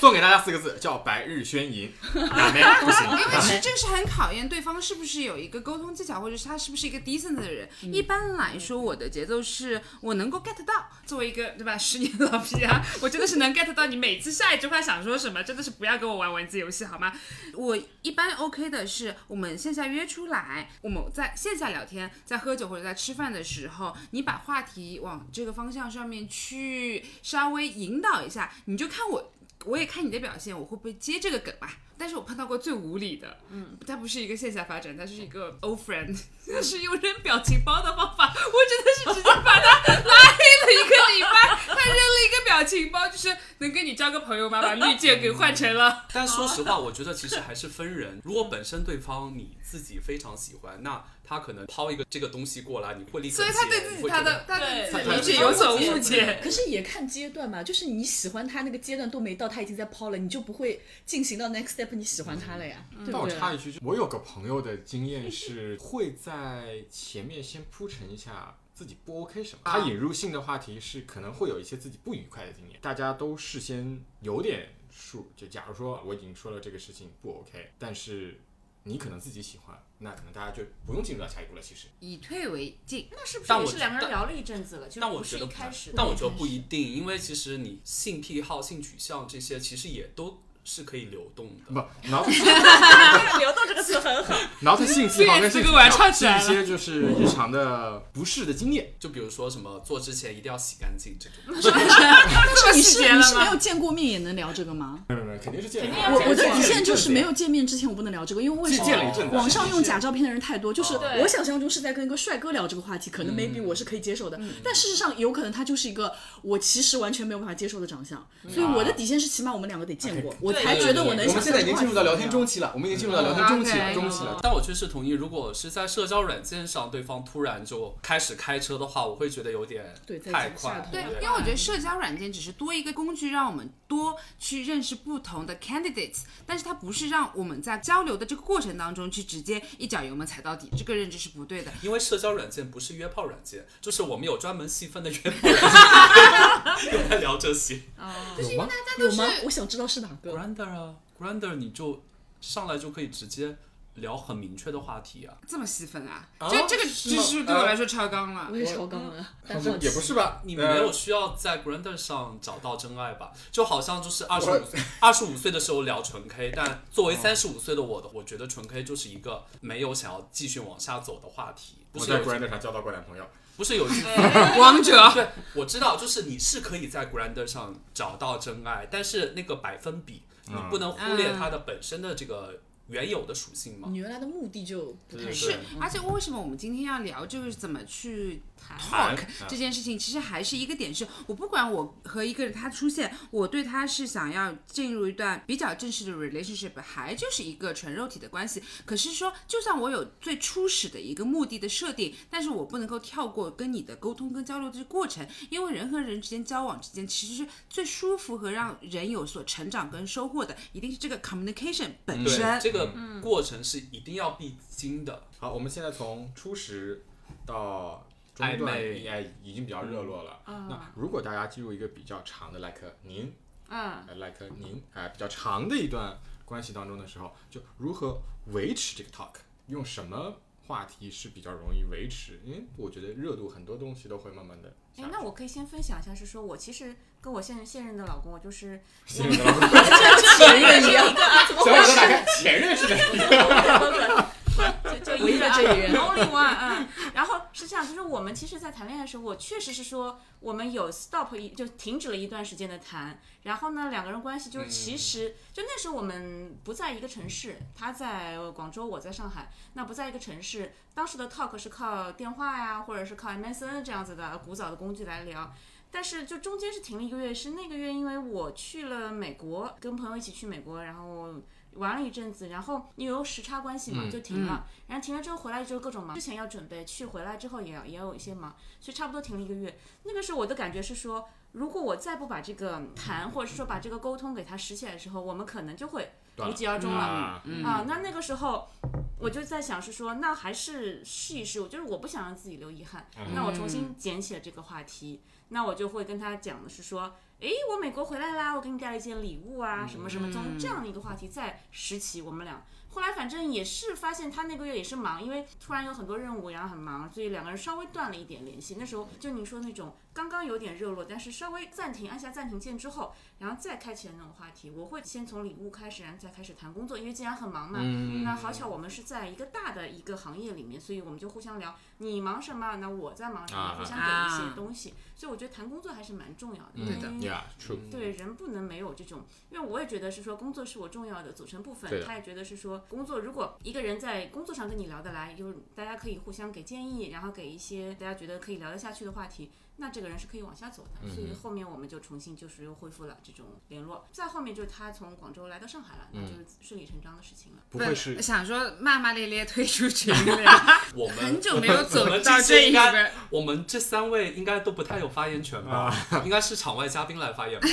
S3: 送给大家四个字叫“白日宣淫”，哪没不行。
S2: 因为是这个是很考验对方是不是有一个沟通技巧，或者是他是不是一个 decent 的人。一般来说，我的节奏是我能够 get 到，作为一个对吧 (laughs) 十年老皮啊， (laughs) 我真的是能 get 到你每次下一句话想说什么，真的是不要跟我玩文字游戏好吗？我一般 OK 的是，我们线下约出来，我们在线下聊天，在喝酒或者在吃饭的时候，你把话题往这个方向上面去稍微引导一下，你就看我，我也看你的表现，我会不会接这个梗吧。但是我碰到过最无理的，嗯，它不是一个线下发展，它是一个 old friend，它是用扔表情包的方法，我真的是直接把他拉黑了一个礼拜，他扔了一个表情包，就是能跟你交个朋友吗？把绿箭给换成了。 (laughs)
S1: 但说实话，我觉得其实还是分人。如果本身对方你自己非常喜欢，那他可能抛一个这个东西过来，你会立刻
S2: 所以
S1: 接
S2: 他对自
S1: 你
S2: 己
S1: 会
S2: 他
S1: 觉得
S2: 的他对自己
S3: 他
S2: 理
S3: 对自
S2: 解
S3: 己
S2: 有所误解。
S5: 可是也看阶段嘛，就是你喜欢他那个阶段都没到，他已经在抛了，你就不会进行到 next step，你喜欢他了呀，对
S3: 但
S5: 不
S3: 我
S2: 啊
S5: 对？
S3: 插一句，就我有个朋友的经验是，会在前面先铺陈一下自己不 OK 什么。他引入性的话题是可能会有一些自己不愉快的经验，大家都事先有点数。就假如说我已经说了这个事情不 OK，但是你可能自己喜欢，那可能大家就不用进入到下一步了。其实
S2: 以退为进，
S4: 那是不是
S1: 但
S4: 也
S1: 我
S4: 是两个人聊了一阵子了？就
S1: 但我
S4: 不是
S1: 觉
S4: 一
S1: 得
S4: 开始，
S1: 但我觉得不一定，因为其实你性癖好、性取向这些，其实也都是可以流动的。
S3: 不， (laughs) 然后。
S4: (laughs) 流动这个词很好。
S3: 然后他性癖好跟性取
S2: 这个我要唱
S3: 向
S2: 起
S3: 是
S2: 来
S3: 一
S2: 了
S3: 些就是日常的不适的经验，
S1: 就比如说什么做之前一定要洗干净这种，
S2: 这么
S5: (laughs) 你
S2: 细节
S5: 是你
S2: 了
S5: 是没
S2: 吗？
S5: 有见过面也能聊这个吗？
S3: 没有没有，肯定是见人
S4: 肯
S3: 的
S4: 定要
S5: 我
S4: 见
S5: 我的
S4: 人
S5: 底线就
S3: 见
S5: 是没有见面之前我不能聊这个，因为为什
S3: 见了一阵
S5: 么
S3: 子
S5: 网上用假照片的人太多？就是
S4: 对
S5: 我想象中是在跟一个帅哥聊这个话题，可
S3: 嗯
S5: 能 maybe 我是可以接受的，但事实上有可能他就是一个我其实完全没有办法接受的长相，
S3: 嗯
S5: 所以我的底线是起码我们两个得见
S3: 啊
S5: 过，我才觉得我能
S3: 我
S5: 想
S3: 们现
S5: 象
S3: 在
S5: 这
S3: 已
S5: 个
S3: 经
S5: 话
S3: 进
S5: 题
S3: 入到
S5: 怎么
S3: 聊天
S5: 样
S3: 中期了，我们已经进入到聊天中期
S4: 哦
S3: 了，
S2: OK
S3: 中期了。
S1: 但我确实同意，如果是在社交软件上对方突然就开始开车的话，我会觉得有点
S5: 对在
S1: 太
S5: 讲下
S1: 快
S5: 头。
S2: 对，因为我觉得社交软件只是多一个工具，让我们多去认识不同的 candidates，但是它不是让我们在交流的这个过程当中去直接一脚油门踩到底，这个认知是不对的。
S1: 因为社交软件不是约炮软件，就是我们有专门细分的约炮软
S5: (laughs)
S1: 件，用来聊这些。
S5: 有吗？我想知道是哪个。
S1: Grander 啊，Grander 你就上来就可以直接聊很明确的话题啊。
S2: 这么细分啊？
S3: 啊
S2: 这这个
S3: 是吗呃
S2: 知识对我来说超纲了
S5: 我。也超纲了，但
S3: 这
S5: 好奇
S3: 也不是吧？
S1: 你
S3: 呃
S1: 没有需要在 Grander 上找到真爱吧？就好像就是二十五
S3: (laughs)
S1: 二十五岁的时候聊纯 K，但作为
S3: 哦
S1: 三十五岁的我的，我觉得纯 K 就是一个没有想要继续往下走的话题。不
S3: 我
S1: 是
S3: 在
S1: 有一
S3: Grinder 上交到过男朋友，
S1: 不是有一句
S2: 王者，
S1: 对，我知道，就是你是可以在 Grander 上找到真爱，但是那个百分比，
S3: 嗯
S1: 你不能忽略它的本身的这个原有的属性嘛
S5: 你。原来的目的就不太
S1: 对
S5: 一
S2: 是
S5: 样，
S2: 而且为什么我们今天要聊就是怎么去
S3: 谈
S2: talk
S1: 嗯
S2: 这件事情？其实还是一个点是，我不管我和一个人他出现，我对他是想要进入一段比较正式的 relationship，还就是一个纯肉体的关系。可是说，就算我有最初始的一个目的的设定，但是我不能够跳过跟你的沟通跟交流的过程，因为人和人之间交往之间，其实是最舒服和让人有所成长跟收获的，一定是这个 communication 本身
S1: 对，。这个过程是一定要必经的。
S3: 好，我们现在从初识到
S1: 暧
S3: 中段
S1: 昧
S3: 应该已经比较热络了。
S4: 啊
S3: 那如果大家进入一个比较长的，like 您，
S4: 嗯，
S3: 呃，like 您，哎，比较长的一段关系当中的时候，就如何维持这个 talk，用什么话题是比较容易维持？因为我觉得热度很多东西都会慢慢的。
S4: 哎，那我可以先分享一下，是说我其实跟我现任现任的老公，我就是
S3: 前任 (laughs) 一样，
S4: 啊
S3: 小伙子打开前任是的，
S4: 就就有
S5: 唯一的这一人
S4: ，only one。嗯，然后是这样，就是我们其实，在谈恋爱的时候，我确实是说我们有 stop 一就停止了一段时间的谈，然后呢，两个人关系就其
S5: 嗯
S4: 实、就那时候我们不在一个城市，他在呃广州，我在上海，那不在一个城市，当时的 talk 是靠电话呀，或者是靠 MSN 这样子的古早的工具来聊。但是就中间是停了一个月，是那个月因为我去了美国，跟朋友一起去美国，然后玩了一阵子，然后因为有时差关系嘛，就停了。然后停了之后回来就各种忙，之前要准备去，回来之后也要也有一些忙，所以差不多停了一个月。那个时候我的感觉是说，如果我再不把这个谈，或者是说把这个沟通给它实起来的时候，我们可能就会无疾而终了。
S3: 啊，
S4: 啊，那那个时候我就在想是说，那还是试一试，我就是我不想让自己留遗憾，那我重新捡起了这个话题，那我就会跟他讲的是说，诶，我美国回来啦，我给你带了一件礼物啊，什么什么，从这样的一个话题再拾起我们俩。后来反正也是发现他那个月也是忙，因为突然有很多任务，然后很忙，所以两个人稍微断了一点联系。那时候就你说那种刚刚有点热络，但是稍微暂停按下暂停键之后，然后再开启的那种话题，我会先从礼物开始，然后再开始谈工作，因为既然很忙嘛，那好巧我们是在一个大的一个行业里面，所以我们就互相聊你忙什么，那我在忙什么，
S3: 啊
S4: 互相给一
S2: 啊
S4: 些东西，所以我觉得谈工作还是蛮重要的，
S3: 嗯
S4: 因为
S2: 的
S3: ，Yeah，true，
S4: 对人不能没有这种，因为我也觉得是说工作是我重要的组成部
S3: 对
S4: 分，
S3: 的
S4: 他也觉得是说工作，如果一个人在工作上跟你聊得来，就是大家可以互相给建议，然后给一些大家觉得可以聊得下去的话题，那这个人是可以往下走的。
S3: 嗯
S4: 所以后面我们就重新就是又恢复了这种联络，再后面就是他从广州来到上海了，那
S3: 嗯
S4: 就是顺理成章的事情了。
S3: 不会是
S2: 想说骂骂咧咧退出
S7: (laughs)
S2: 群里，
S7: 我们
S2: 很久没有走
S7: 我们
S2: 到
S7: 这
S2: 这
S7: 些
S2: 一
S7: 应该
S2: 边。，
S7: 我们这三位应该都不太有发言权吧？
S3: 啊
S7: 应该是场外嘉宾来发言吧？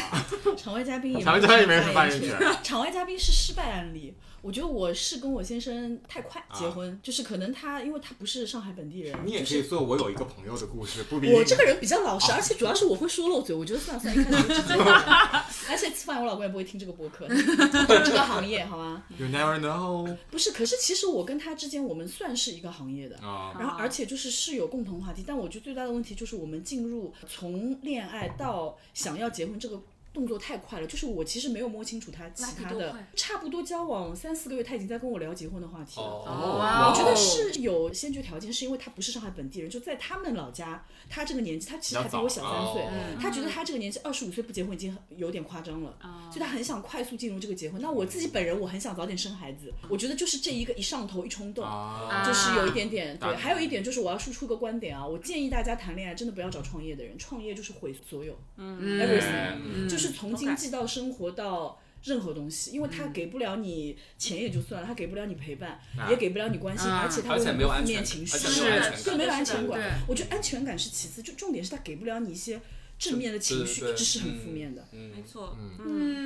S5: 场外嘉宾也没有
S3: 场外嘉宾也没什么发言权
S5: 权，场外嘉宾是失败案例。我觉得我是跟我先生太快结婚，就是可能他因为他不是上海本地人，
S3: 啊你也啊
S5: 就
S3: 可以
S5: 是。
S3: 做我有一个朋友的故事，不比
S5: 我这个人比较老实，而且主要是我会说漏嘴，我觉得算了算了，一开始就
S3: (laughs)
S5: 知道了。 (laughs) 而且吃饭我老公也不会听这个播客，这个行业好吧？
S3: You never know
S5: 不是，可是其实我跟他之间，我们算是一个行业的，
S3: 啊，
S5: 然后而且就是是有共同话题，但我觉得最大的问题就是我们进入从恋爱到想要结婚这个。动作太快了，就是我其实没有摸清楚他其
S4: 那
S5: 他
S4: 你多
S5: 的
S4: 快，
S5: 差不多交往三四个月，他已经在跟我聊结婚的话题了。
S7: 哦，
S5: 我觉得是有先决条件，是因为他不是上海本地人，就在他们老家，他这个年纪，他其实还比我小三岁，嗯
S7: 哦
S5: 他觉得他这个年纪二十五岁不结婚已经很有点夸张了，
S7: 哦
S5: 所以他很想快速进入这个结婚。那我自己本人，我很想早点生孩子，我觉得就是这一个一上头一冲动。
S7: 哦
S3: 啊
S5: 就是有一点点
S3: 大
S7: 啊
S5: 对，
S3: 胆
S5: 还有一点就是我要输出一个观点啊，我建议大家谈恋爱真的不要找创业的人，创业就是毁所有，嗯，everything，
S3: 嗯
S5: 就是从经济到生活到任何东西，因为
S2: 嗯
S5: 他给不了你钱也就算了，他给不了你陪伴，也给不了你关心，而且他
S7: 啊而
S5: 会
S7: 且
S5: 很
S7: 没有
S5: 多
S7: 安
S5: 负
S7: 全
S5: 面
S7: 感，
S5: 情
S7: 而
S5: 绪，
S7: 且没有安全
S5: 对，
S7: 感。
S5: 没有安全
S2: 啊是
S5: 感
S2: 的。
S5: 我觉得安全感是其次，就重点是他给不了你一些正面的情绪，
S7: 对对对
S5: 这是很负面的。
S4: 没
S7: 嗯，
S4: 错，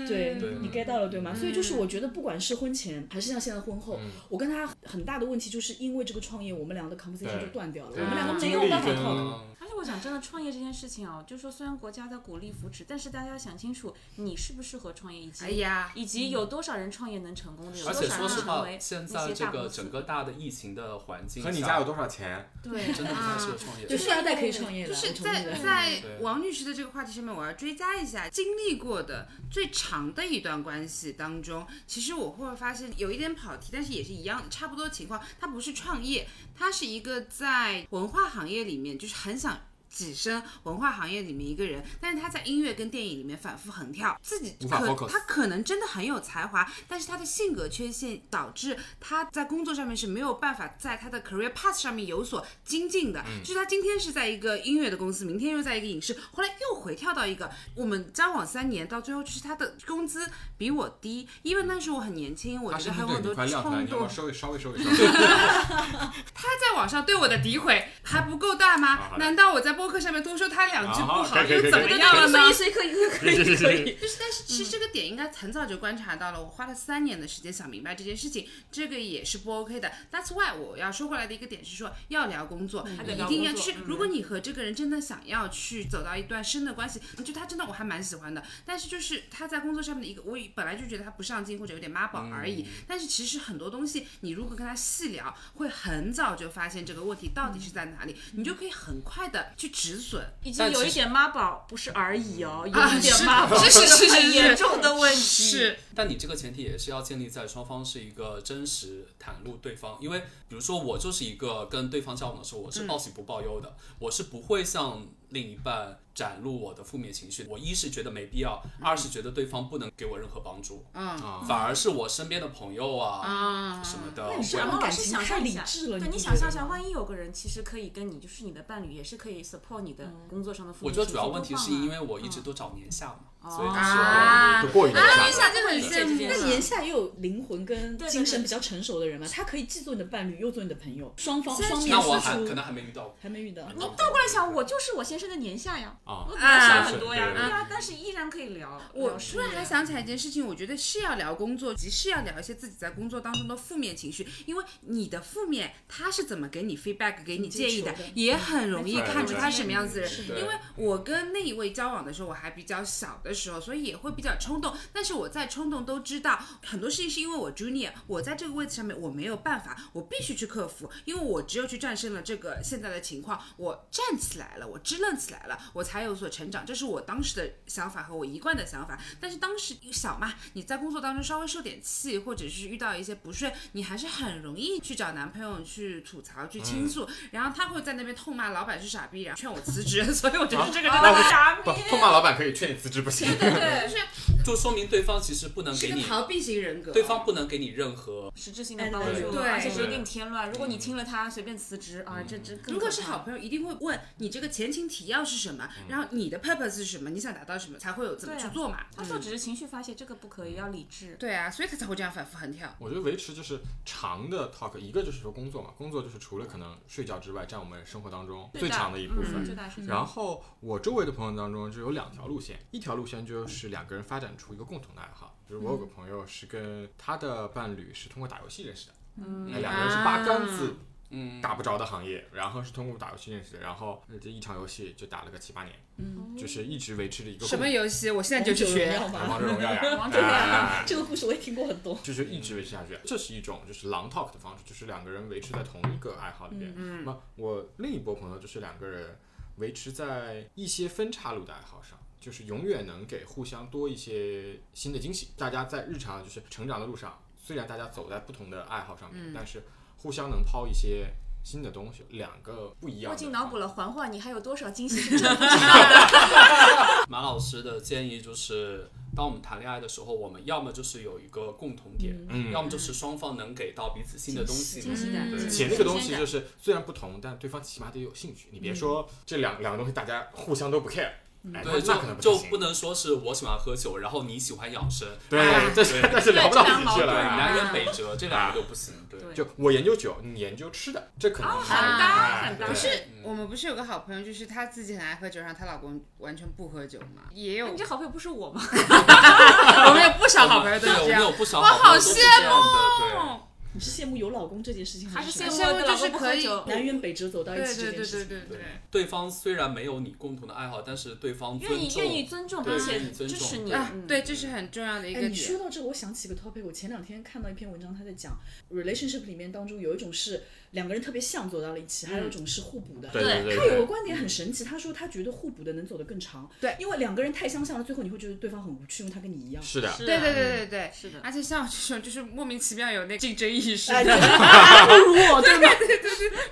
S5: 对
S7: 对
S5: 你 get 到了对吗？所以就是我觉得不管是婚前还是像现在婚后，我跟他很大的问题就是因为这个创业，我们俩的 conversation
S3: 对
S5: 就断掉了，
S3: 对
S5: 我们两个没
S3: 精
S5: 有
S3: 力
S5: 办法
S3: 跟嗯
S5: talk。
S4: 而且我想，真的创业这件事情哦，就是说虽然国家在鼓励扶持，但是大家要想清楚你适不适合创业，以及
S2: 哎呀，
S4: 以及有多少人创业能成功的，有
S7: 而
S4: 多
S7: 且
S4: 少
S7: 说
S4: 人
S7: 实
S4: 成
S7: 话，
S4: 为
S7: 现
S4: 那
S7: 在
S4: 些
S7: 这
S4: 大
S7: 个
S4: 公
S7: 整
S4: 司。
S7: 个大的疫情的环
S1: 啊
S7: 境下，
S3: 和你家有多少钱？
S4: 对，
S7: 真的不太适合创业。
S5: 就富二代可以创业
S2: 就
S5: 了，
S2: 是
S5: 我同意
S2: 在
S5: 的
S2: 在
S7: 嗯对
S2: 王律师的这个话题上面，我要追加一下，经历过的最长的一段关系当中，其实我会发现有一点跑题，但是也是一样的，差不多情况。他不是创业，他是一个在文化行业里面，就是很想。跻身文化行业里面一个人，但是他在音乐跟电影里面反复横跳，自己
S3: 无法
S2: 可
S3: focus
S2: 他可能真的很有才华，但是他的性格缺陷导致他在工作上面是没有办法在他的 career path 上面有所精进的。
S3: 嗯
S2: 就是他今天是在一个音乐的公司，明天又在一个影视，后来又回跳到一个。我们交往三年，到最后就是他的工资比我低，因为那时候我很年轻，我
S3: 他
S2: 觉
S3: 是
S2: 得还有
S3: 对
S2: 很
S3: 你
S2: 多
S3: 快亮出来，
S2: 冲
S3: 你要不
S2: 动
S3: 要。稍微稍微收一收一？
S2: 他在网上对我的诋毁还不够大
S3: 啊
S2: 吗
S3: 好？的
S2: 难道我在播客上面多说他两句
S3: 啊
S2: 不
S3: 好可
S2: 好
S3: 以可以可
S2: 又
S3: 以
S2: 怎么样了呢？
S4: (laughs) 所以可以可以可以
S5: 可以。
S2: 就是，但是其实这个点应该很早就观察到了，我花了三年的时间想明白这件事情，这个也是不 OK 的。That's why 我要说过来的一个点是说，要聊工作，
S4: 还
S2: 你
S4: 得
S2: 一
S4: 聊
S2: 定
S4: 工
S2: 要就
S4: 作
S2: 是，如果你和这个人真的想要去走到一段深的关系，就他真的我还蛮喜欢的，但是就是他在工作上面的一个，我本来就觉得他不上进或者有点妈宝而已。但是其实很多东西，你如果跟他细聊，会很早就发现这个问题到底是在哪里，你就可以很快的去去止损，
S4: 已经
S1: 但
S4: 有
S1: 其
S4: 一
S1: 实
S4: 点妈宝，不是而已
S2: 啊
S4: 哦，有一点
S2: 是
S4: 妈宝，
S2: 是是
S4: 这
S2: 是
S4: 个很
S2: 是
S4: 严
S2: 是
S4: 重的问题。
S2: 是
S1: 但你这个前提也是要建立在双方是一个真实袒露对方，因为比如说我就是一个跟对方交往的时候，我是报喜不报忧的，我是不会向另一半展露我的负面情绪。我一是觉得没必要，二是觉得对方不能给我任何帮助，
S2: 嗯
S3: 啊，
S1: 反而是我身边的朋友啊
S2: 啊，
S1: 什么的，
S5: 那你是
S1: 我
S5: 要
S4: 然后老
S5: 感
S4: 师
S5: 情
S4: 想
S5: 太
S4: 象一
S5: 理
S4: 下，
S5: 智了
S4: 对
S5: 你不
S4: 想
S5: 觉
S4: 象
S5: 得
S4: 一下，
S5: 吗
S4: 万一有个人其实可以跟你，就是你的伴侣，也是可以 support 你的工作上的负
S1: 我
S4: 面
S1: 觉
S4: 情
S1: 得
S4: 绪
S1: 主要问题是因为
S4: 嗯
S1: 我一直都找年下嘛，所以就是
S2: 嗯啊
S3: 就过于理
S2: 啊，
S3: 想
S2: 年下就很
S4: 理解
S2: 羡
S4: 这
S2: 慕
S4: 件
S5: 那
S4: 事
S5: 年下也有灵魂跟
S4: 对对
S5: 精神
S4: 对
S5: 比较成熟的人嘛，他可以既做你的伴侣，又做你的朋友，双方
S4: 在
S5: 双面
S1: 那我
S5: 付
S1: 还可
S5: 出
S1: 能。还没遇到过。
S5: 还没遇到，哦
S4: 你倒过来想，我就是我先生的年下呀，
S3: 啊
S4: 我比他小很多呀，
S3: 是对
S4: 对呀，但是依然可以聊。
S2: 我突
S4: 聊
S2: 然
S4: 事业
S2: 还想起来一件事情，我觉得是要聊工作，及是要聊一些自己在工作当中的负面情绪，因为你的负面他是怎么给你 feedback、给你建议的
S5: 怎么接球，的
S2: 也很容易
S1: 没错
S2: 看出他什么样子的
S1: 是
S2: 人。
S1: 的
S2: 因为我跟那一位交往的时候，我还比较小的时候，所以也会比较冲动，但是我在冲动都知道很多事情是因为我 junior，我在这个位置上面我没有办法，我必须去克服，因为我只有去战胜了这个现在的情况，我站起来了，我支棱起来了，我才有所成长，这是我当时的想法和我一贯的想法。但是当时小嘛，你在工作当中稍微受点气，或者是遇到一些不顺，你还是很容易去找男朋友去吐槽、去倾
S1: 嗯
S2: 诉，然后他会在那边痛骂老板是傻逼，然后劝我辞 (laughs) 职，所以我觉得这个真的很傻逼。
S3: 不，痛骂老板可以劝你辞职不行。
S4: 对对，是
S1: 就说明对方其实不能
S2: 是
S1: 给
S2: 个
S1: 你，
S2: 逃避型人格，
S1: 对方不能给你任何
S4: 实质性的帮助，
S2: 对
S4: 而且是有点添乱。如果你听了他随便辞职啊，这这更
S2: 如果是
S4: 可怕
S2: 好朋友，一定会问你这个前情提要是什么，然后你的 purpose 是什么，你想达到什么，才会有怎么
S4: 对啊
S2: 去做嘛。嗯
S4: 他说只是情绪发泄，这个不可以，要理智。
S2: 对啊，所以他才会这样反复横跳。
S3: 我觉得维持就是长的 talk，一个就是说工作嘛，工作就是除了可能睡觉之外，占我们生活当中最长的一部分。
S4: 最大是
S3: 然后我周围的朋友当中就有两条路线，一条路线就是两个人发展出一个共同的爱好，比如我有个朋友是跟他的伴侣是通过打游戏认识的，嗯，两个人是八竿子
S1: 嗯
S3: 打不着的行业，然后是通过打游戏认识的，然后呃这一场游戏就打了个七八年，嗯，就是一直维持着一个
S2: 什么
S3: 共
S2: 游戏？我现在就去
S5: 王者荣
S2: 学。
S3: 哎王者荣
S5: 耀吧，
S3: 耀呀，
S4: 王者荣耀
S3: 哎
S5: 啊这个故事我也听过很多。
S3: 就是一直维持下去。这是一种就是狼 talk 的方式，就是两个人维持在同一个爱好里面。
S4: 嗯
S3: 那么我另一波朋友就是两个人维持在一些分岔路的爱好上。就是永远能给互相多一些新的惊喜。大家在日常就是成长的路上，虽然大家走在不同的爱好上
S4: 嗯
S3: 面，但是互相能抛一些新的东西。两个不一样的方向。
S4: 我已经脑补了环环，你还有多少
S2: (laughs)
S4: 惊喜是真的？
S1: 马老师的建议就是，当我们谈恋爱的时候，我们要么就是有一个共同点，
S3: 嗯
S1: 要么就是双方能给到彼此新的东西。
S4: 惊喜感，
S2: 嗯
S3: 对，
S4: 对
S3: 且那个东西
S4: 新
S3: 就
S4: 鲜感
S3: 是虽然不同，但对方起码得有兴趣。你
S4: 嗯
S3: 别说这两两个东西大家互相都不 care，哎，那
S1: 对，
S3: 那可能
S1: 就就
S3: 行
S1: 不。能说是我喜欢喝酒，然后你喜欢养生，哎
S3: 啊对，这是但是聊不到一起去
S1: 对，
S3: 了
S1: 南
S3: 啊。
S1: 辕北辙，这两个都不行。对，
S4: 对
S3: 就我研究酒，你研究吃的，这可能是
S4: 很搭很搭
S2: 不
S3: 对
S2: 是， (laughs) 我们不是有个好朋友，就是她自己很爱喝酒，然后她老公完全不喝酒嘛，也有 (laughs)
S4: 你这好朋友不是我吗？
S2: 啊我们有不少好朋友都
S1: 对，
S2: 是
S1: 我们
S2: 这样
S1: 有。不少
S2: 哇
S1: 好朋友
S2: 好
S1: 都是
S2: 羡
S1: 这样的。
S2: 哦
S5: 你是羡慕有老公这件事情，
S4: 还是羡
S5: 慕
S4: 慕
S2: 羡慕
S4: 我
S2: 就
S4: 老
S2: 是
S4: 公不
S2: 可
S4: 喝
S2: 以
S4: 酒？
S5: 南辕北辙走到一
S2: 对
S5: 起这
S2: 对
S5: 件
S2: 对
S5: 事
S2: 对
S5: 情？
S2: 对对
S1: 对，对方虽然没有你共同的爱好，但是对方
S4: 愿
S1: 尊
S4: 意
S1: 重
S4: 愿意尊重，
S1: 对
S4: 并且
S1: 愿意尊
S4: 支
S1: 重
S4: 持你。
S2: 对，啊
S4: 嗯，
S2: 对，这是很重要的一
S5: 哎，
S2: 个
S5: 你说
S2: 点。
S5: 到这个，我想起个 topic，我前两天看到一篇文章，他在讲 relationship 里面当中有一种是两个人特别像走到了一
S2: 嗯
S5: 起，还有一种是互补的。
S3: 对对
S5: 他有个
S3: 对，
S5: 观点很神奇，他说他觉得互补的能走得更长。
S2: 对
S5: 因为两个人太相像了，最后你会觉得对方很无趣，因为他跟你一样。
S3: 是的，
S4: 是
S2: 对
S4: 啊
S2: 对对对对，
S4: 是的
S2: 而且像我这种就是莫名其妙有那个竞争意识
S5: 哎，
S2: 的， (laughs)
S4: 啊
S5: 不如我，对吗？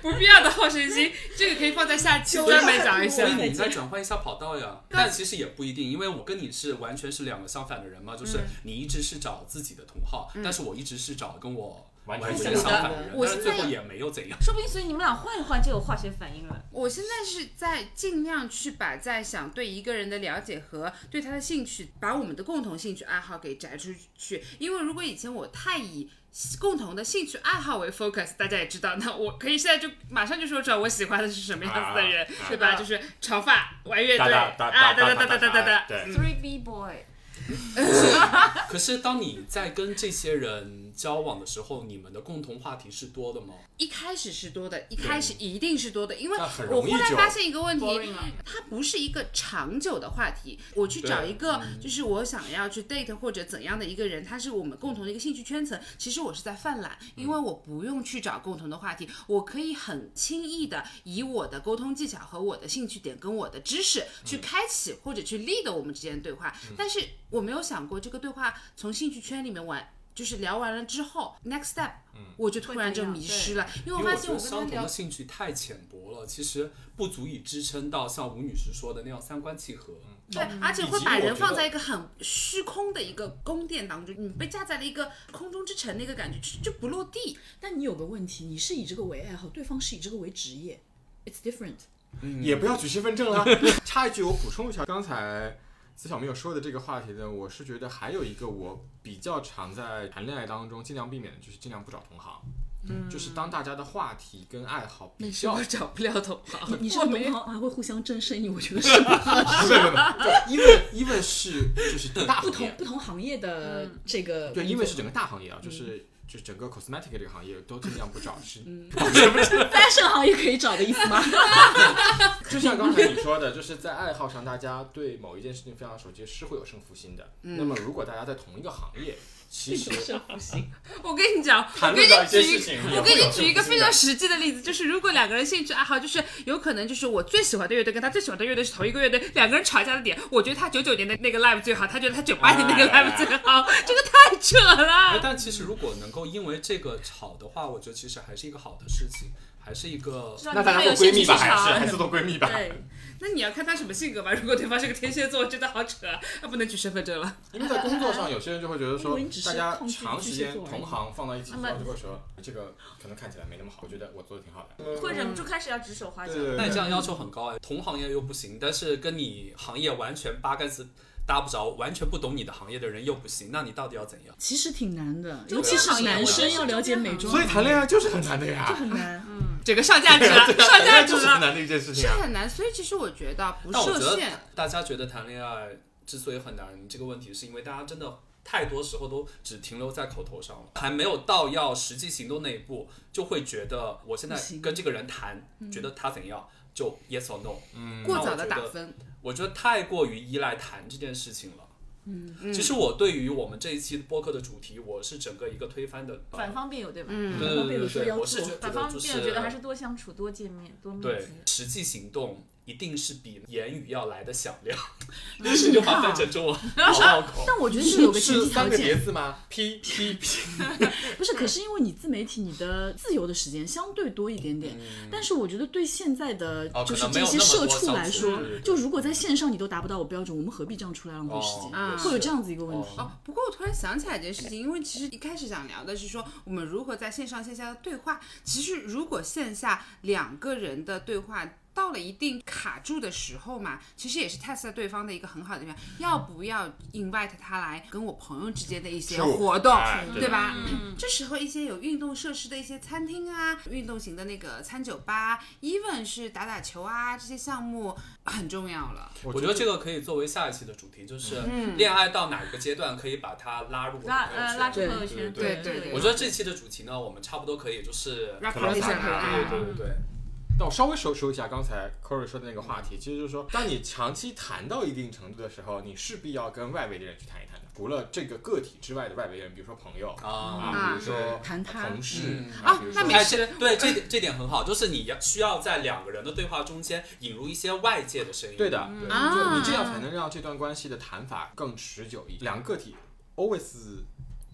S2: 不必要的好胜心，这个可以放在下期
S5: 就
S2: 专门讲一
S1: 所
S2: 下
S1: 以。你再转换一下跑道呀，但其实也不一定，因为我跟你是完全是两个相反的人嘛，就是
S2: 嗯
S1: 你一直是找自己的同好，但是我一直是找跟我
S3: 完全
S1: 全
S3: 相
S1: 相
S5: 反
S1: 反
S5: 的
S1: 人，
S2: 我
S1: 但是
S2: 现
S1: 最
S2: 在
S1: 后也没有怎样。 (laughs)
S4: 说不定所以你们俩换一换就有化学反应了。
S2: 我现在是在尽量去把在想对一个人的了解和对他的兴趣，把我们的共同兴趣爱好给摘出去。因为如果以前我太以共同的兴趣爱好为 focus，大家也知道，那我可以现在就马上就说出来我喜欢的是什么样子的人，
S3: 啊
S2: 对吧？就是长发、玩乐队
S3: 哒哒
S2: 啊，哒
S3: 哒哒
S2: 哒哒
S3: 哒
S2: 哒哒
S3: 哒
S2: 哒。
S3: 对，
S4: Three B boy，
S1: 可是当你在跟这些人交往的时候，你们的共同话题是多的吗？
S2: 一开始是多的，一开始一定是多的，因为
S1: 那很
S2: 我
S1: 容易
S2: 后来
S1: 就
S2: 发现一个问题
S4: Boring 啊，
S2: 它不是一个长久的话题。我去找一个
S1: 嗯
S2: 就是我想要去 date 或者怎样的一个人，他是我们共同的一个兴趣圈层。其实我是在犯懒，
S1: 嗯
S2: 因为我不用去找共同的话题，我可以很轻易的以我的沟通技巧和我的兴趣点跟我的知识
S1: 嗯
S2: 去开启或者去 lead 我们之间的对话。但是我没有想过这个对话从兴趣圈里面玩。就是聊完了之后，next step，我就突然就
S4: 会怎样
S2: 迷失了，因
S1: 嗯因
S2: 为我
S1: 为我
S2: 发
S1: 觉
S2: 现我
S1: 得
S2: 跟
S1: 相
S2: 他
S1: 同
S2: 聊
S1: 的兴趣太浅薄了，其实不足以支撑到像吴女士说的那样三观契合。
S2: 对，而
S1: 以
S2: 且会
S1: 及
S2: 把
S1: 我觉
S2: 人放
S1: 得
S2: 在一个很虚空的一个宫殿当中，你被架在了一个空中之城的一个感觉，就就不落地。 (laughs)
S5: 但你有个问题，你是以这个为爱好，对方是以这个为职业，it's different。
S3: 也不要举身份证了。啊 (laughs) 插一句，我补充一下刚才子小没有说的这个话题呢，我是觉得还有一个我比较常在谈恋爱当中尽量避免的就是尽量不找同行。嗯，就是当大家的话题跟爱好比较，不
S4: 找不了同
S2: 哦
S4: 行
S5: 你是
S4: 我
S5: 不是
S4: 没
S5: 同行还会互相争生意，我觉
S2: (laughs)
S5: 得是
S3: 不不， (laughs) 对，因为因为是就是整个大
S5: 不
S3: 行
S5: 同
S3: 业，
S5: 不同行业的
S2: 嗯
S5: 这个工作。
S3: 对，因为是整个大行业
S5: 嗯
S3: 啊，就是。就整个 cosmetic 这个行业都尽量不找，
S5: (laughs)
S3: 是
S5: fashion 行业可以找的意思
S3: (laughs)
S5: 吗？
S3: 就像刚才你说的，就是在爱好上，大家对某一件事情非常熟悉，是会有胜负心的。那么如果大家在同一个行业，其
S5: (laughs)
S3: 实
S5: 胜负心。
S2: 我跟你讲，我
S3: 谈
S2: 给
S3: 论到一
S2: 你
S3: 些
S2: 举一
S3: 事
S2: 个
S3: 情，
S2: 我给你举一个非常实际的例子，就是如果两个人兴趣爱好，就是有可能就是我最喜欢的乐队跟他最喜欢的乐队是同一个乐队，两个人吵架的点，我觉得他九九年的那个 live 最好，他觉得他九八年那个 live 最好，这个太扯
S1: 哎，
S2: (laughs) 了。
S1: 但其实如果能够因为这个吵的话，我觉得其实还是一个好的事情，还是一个
S4: 那
S3: 那大家做闺蜜吧，还是还是做闺蜜吧。
S4: 对，
S2: 那你要看他什么性格吧，如果对方是个天蝎座，我觉得好扯，那不能举身份证了。
S3: 因为在工作上，有些人就会觉得说
S5: 因为你只，是
S3: 大家
S5: 抗拒
S3: 长时
S5: 巨蟹
S3: 间
S5: 座而已
S3: 同行放到一起之
S4: 那
S3: 后，
S4: 么
S3: 就会说这个可能看起来没那么好，我觉得我做的挺好的。
S4: 会忍不
S2: 嗯
S4: 住开始要指手画脚。
S3: 对对
S1: 那你这
S3: 对，
S1: 样要求很高哎，同行业又不行，但是跟你行业完全八竿子搭不着，完全不懂你的行业的人又不行，那你到底要怎样？
S5: 其实挺难的，
S4: 中
S5: 尤其
S4: 间
S5: 是
S4: 行业
S5: 男
S4: 我觉
S5: 生
S4: 得
S5: 要
S4: 是
S5: 了解
S4: 中间
S5: 美
S4: 行
S5: 妆
S3: 所以谈恋爱就是很难的呀，
S5: 很难。
S2: 整个上价值了，上价值
S3: 就是
S2: 了
S3: 很。难的一件事情
S2: 这
S3: 啊。
S2: 很难，所以其实我觉得不
S1: 但我觉
S2: 设
S1: 得
S2: 限，
S1: 大家觉得谈恋爱之所以很难这个问题，是因为大家真的太多时候都只停留在口头上了，还没有到要实际行动那一步，就会觉得我现在跟这个人谈，觉得他怎样，就 yes or no。
S2: 嗯过早的打分。
S1: 嗯我觉得太过于依赖谈这件事情了。嗯，其实我对于我们这一期播客的主题，我是整个一个推翻的。
S4: 反方辩友对吧？
S1: 对
S2: 嗯，
S1: 对对对对，
S5: 要
S1: 我是
S5: 求
S1: 觉
S4: 反
S1: 得
S4: 方
S1: 就
S4: 辩友觉得还是嗯多相处、多见面、多密
S1: 对
S4: 集。
S1: 实际行动一定是比言语要来的响
S4: (laughs)
S1: 亮。
S5: 但
S1: (laughs) 这
S5: 是你
S1: 句
S5: 看
S1: 话翻
S5: 啊，
S1: 成中文好绕口。
S5: 但我觉得是有个前
S3: 是
S5: 提条
S3: 三个叠
S5: 件，
S1: (laughs)
S3: 字吗？P P P。
S5: 不是，可是因为你自媒体，你的自由的时间相对多一点点。但是我觉得对现在的
S1: 嗯哦可
S5: 就是
S1: 能没
S5: 这
S1: 有
S5: 些
S1: 那么
S5: 社
S1: 多
S5: 畜
S1: 相
S5: 来
S1: 处
S5: 说
S1: 对对对，
S5: 就如果在线上你都达不到我标准，我们何必这样出来浪费时间？
S1: 哦
S5: 会有这样子一个问题。
S1: 哦
S2: 不过我突然想起来一件事情，因为其实一开始想聊的是说我们如何在线上线下的对话。其实如果线下两个人的对话到了一定卡住的时候嘛，其实也是 test 对方的一个很好的地方。要不要 invite 他来跟我朋友之间的一些
S3: 是
S2: 活动
S3: 哎，对
S2: 对
S3: 的
S2: 吧？
S1: 嗯
S2: 这时候一些有运动设施的一些餐厅啊，运动型的那个餐酒吧，even 是打打球啊这些项目很重要了。
S1: 我觉得这个可以作为下一期的主题，就是
S3: 嗯
S1: 恋爱到哪个阶段可以把它拉入我们
S4: 拉
S1: 朋友
S4: 呃
S1: 圈
S4: 拉出
S5: 对
S4: 朋友圈，
S1: 对
S2: 对对对
S1: 我觉得这期的主题呢，我们差不多可以就是。
S2: wrap
S3: 可能
S2: up 一下
S3: 散开
S2: 来
S1: 对对对对，
S3: 那我稍微收收一下刚才 Corey 说的那个话题，其实就是说，当你长期谈到一定程度的时候，你势必要跟外围的人去谈一谈的，除了这个个体之外的外围人，比如说朋友
S1: 啊。
S3: 啊，比如说
S5: 谈他
S3: 同事
S1: 嗯
S3: 啊，比如
S2: 那
S3: 说
S2: 没
S1: 哎，
S2: 事
S1: 这对这点这点很好，就是你要需要在两个人的对话中间引入一些外界的声音。
S7: 嗯
S3: 对的，
S5: 嗯
S1: 对
S2: 啊
S3: 就你这样才能让这段关系的谈法更持久一点。两个个体 always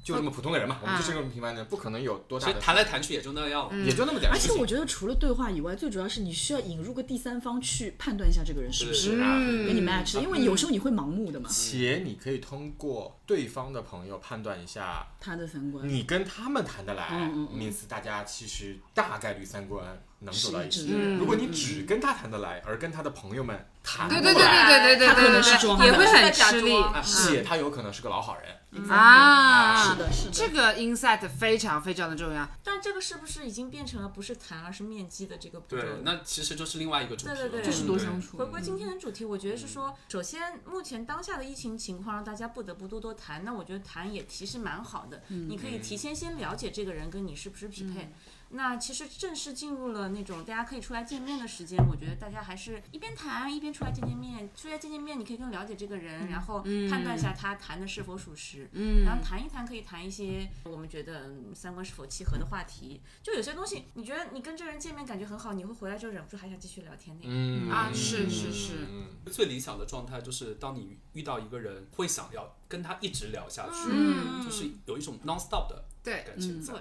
S3: 就这么普通的人嘛，我们就是这么平凡的人，不可能有多
S1: 所
S3: 大
S1: 以
S3: 的，
S1: 谈来谈去也就那样了。
S3: 也就那么点
S5: 嗯而
S3: 事
S5: 且
S3: 情。
S5: 我觉得除了对话以外，最主要是你需要引入个第三方去判断一下这个人是不是
S1: 是
S3: 啊
S5: 跟你
S1: 嗯
S5: match，的因为有时候你会盲目的嘛，
S3: 且你可以通过对方的朋友判断一下
S5: 他的三观。
S3: 你跟他们谈得来，
S5: 嗯嗯嗯
S3: means 大家其实大概率三观能走到一
S5: 是
S3: 起
S5: 一致。的嗯
S3: 如果你只跟他谈得来，而跟他的朋友们谈不
S2: 对
S3: 来，
S2: 对对对对对对对对，
S5: 他可能是装的
S2: 也会很
S4: 他可能
S2: 吃
S4: 是在假
S2: 力。
S4: 装
S3: 且他有可能是个老好人，
S1: 嗯
S2: 啊
S5: 是的，是的，
S2: 这个 insight 非常非常的重要。
S4: 但这个是不是已经变成了不是谈而是面基的这个步骤
S7: 对？，那其实就是另外一个主题了，
S4: 对对对
S5: 就是多
S7: 嗯
S5: 相处。
S4: 回归今天的主嗯题，我觉得是说，首先目前当下的疫情情况让大家不得不多多谈。那我觉得谈也其实蛮好的，你可以提前先了解这个人跟你是不是匹配。那其实正式进入了那种大家可以出来见面的时间，我觉得大家还是一边谈一边出来见见面，出来见见面，你可以更了解这个人，然后判断一下他谈的是否属实，嗯，然后谈一谈可以谈一些我们觉得嗯三观是否契合的话题。就有些东西，你觉得你跟这个人见面感觉很好，你会回来就忍不住还想继续聊天的。
S3: 嗯
S2: 啊是是是
S7: 嗯最理想的状态就是，当你遇到一个人，会想要跟他一直聊下去，
S4: 嗯
S7: 就是有一种 non stop 的
S2: 嗯对，
S7: 感情在。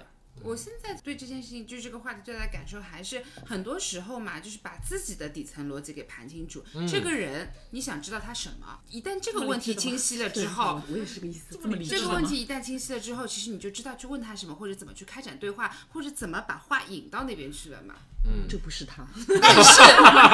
S2: 我现在对这件事情，就是这个话题最大的感受，还是很多时候嘛，就是把自己的底层逻辑给盘清楚。这个人，你想知道他什么？一旦这个问题清晰了之后，
S5: 我也是这个意思，这么理智
S2: 这
S5: 的
S2: 个
S5: 吗
S2: 问题一旦清晰了之后，其实你就知道去问他什么，或者怎么去开展对话，或者怎么把话引到那边去了嘛。
S5: 这不是他，
S2: 但是，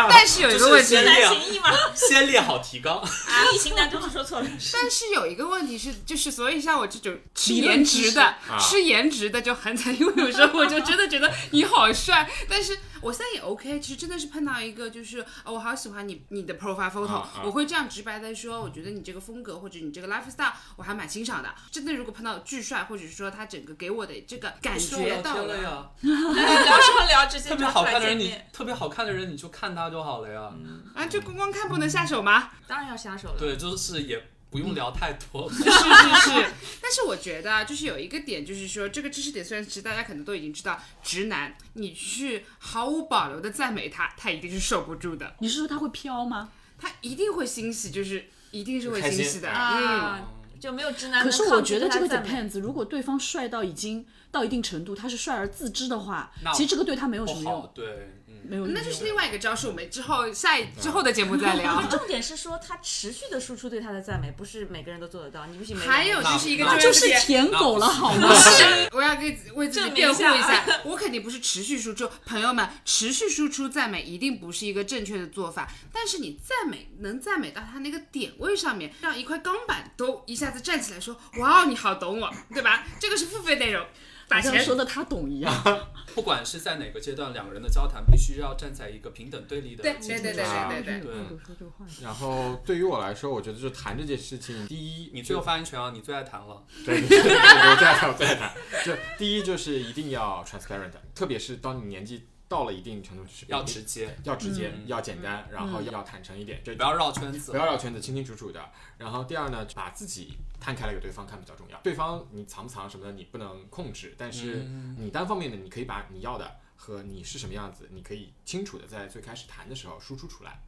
S2: 但是有一个问题
S7: 就是，先列
S4: 情谊嘛，
S7: (laughs) 先列好提纲，
S5: 啊
S4: 疫情男就是说错了。
S2: 但是有一个问题是，就是所以像我这种吃颜值的，
S3: 啊
S2: 吃颜值的就很惨，因为有时候我就真的觉得你好帅， (laughs) 但是我现在也 OK。其实真的是碰到一个就是，哦、我好喜欢你你的 profile photo，、
S3: 啊啊
S2: 我会这样直白的说，我觉得你这个风格或者你这个 lifestyle 我还蛮欣赏的。真的，如果碰到巨帅，或者说他整个给我的这个
S7: (laughs)
S2: 感
S7: 需要
S2: 觉
S7: 聊
S2: 到
S7: 天
S2: 了
S7: 了。呀。
S4: 聊什么聊？直接
S7: 特别好看的人，你特别好看的人，你就看他就好了呀。
S2: 啊，就光光看不能下手吗？
S4: 当然要下手了。
S7: 对，就是也不用聊太多。 (laughs)
S2: 是是是， (laughs) 但是我觉得啊，就是有一个点，就是说这个知识点虽然其实大家可能都已经知道，直男你去毫无保留的赞美他，他一定是受不住的，
S5: (laughs) 你是说他会飘吗？
S2: 他一定会欣喜，就是一定是会
S7: 开
S2: 欣
S7: 心
S2: 喜的。嗯，
S4: 啊，就没有直男
S5: 可
S4: 能
S5: 是
S4: 抗拒他的赞美。
S5: 我觉得这个 depends，如果对方帅到已经到一定程度，他是帅而自知的话，
S7: 那
S5: 其实这个对他没有
S7: 不
S5: 什么
S7: 好，
S5: 用，
S7: 对，嗯，
S5: 没有
S2: 那就是
S5: 用。
S2: 另外一个招数，我们之后下一之后的节目再
S4: 然后
S2: 聊。
S4: 重点是说他持续的输出对他的赞美，不是每个人都做得到。你必须每个人
S2: (laughs) 还有就是一个
S7: 那
S2: 重要
S5: 就
S2: 的
S5: 是
S2: 点。
S5: 舔狗了好吗
S7: (laughs)
S2: 不？是，我要给为自己
S4: 证
S2: 辩
S4: 明一
S2: 护
S4: 下
S2: 一下，
S4: (laughs)
S2: 我肯定不是持续输出。朋友们，持续输出赞美一定不是一个正确的做法，但是你赞美能赞美到他那个点位上面，让一块钢板都一下子站起来说：“哇哦，你好懂我，对吧？”这个是付费内容，打
S5: 好像
S2: 钱。
S5: 说的他懂一样。 (laughs)
S7: 不管是在哪个阶段，两个人的交谈必须要站在一个平等对立的
S2: 对
S7: 基础
S2: 对对对
S7: 上
S2: 对对
S7: 对
S5: 说这个话
S3: 然后对于我来说，我觉得就谈这件事情，第一，
S7: 你最
S3: 就
S7: 有发言权啊，你最爱谈了。
S3: 对，对对我再谈，我再谈。就第一就是一定要 transparent，特别是当你年纪到了一定程度，就是
S7: 要直接，
S3: 要直接、要简单，然后要坦诚一点，就
S7: 不要绕圈子
S3: 不。要绕圈子，清清楚楚的。然后第二呢，把自己摊开来给对方看比较重要。对方你藏不藏什么的，你不能控制，但是你单方面的，你可以把你要的和你是什么样子，你可以清楚的在最开始谈的时候输出出来。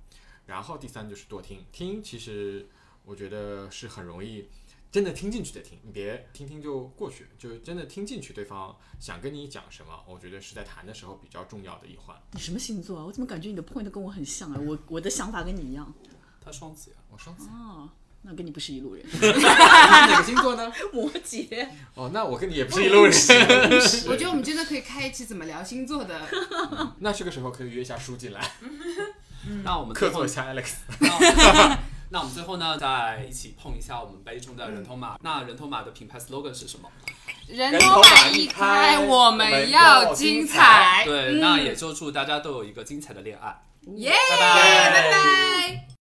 S3: 然后第三就是多听，听其实我觉得是很容易。真的听进去的听，你别听听就过去，就真的听进去对方想跟你讲什么，我觉得是在谈的时候比较重要的一环。
S5: 你什么星座啊？我怎么感觉你的 point 跟我很像啊？我我的想法跟你一样。
S7: 他双子呀，
S3: 我双子，
S5: 哦，那跟你不是一路人。
S3: 哪个星座呢？
S5: 摩羯，
S3: 哦，那我跟你也不是一路人。
S2: 我觉得我们真的可以开一期怎么聊星座
S5: (laughs)
S2: 的。
S3: 那这个时候可以约一下书进来，
S7: 那我们最
S3: 客
S7: 后
S3: 座一下 Alex。
S7: 那我们最后呢，再一起碰一下我们杯中的人头马。那人头马的品牌 slogan 是什么？
S2: 人
S3: 人
S2: 头
S3: 头
S2: 马
S3: 马
S2: 一
S3: 一
S2: 开，
S3: 开
S2: 我
S3: 我
S2: 们
S3: 们
S2: 要
S3: 要
S2: 精
S3: 精
S2: 彩
S7: 哎嗯
S2: 嗯
S3: 彩。
S7: 对，那也就祝大家都有一个精彩的恋爱。
S2: 耶，
S7: 拜
S2: 拜拜。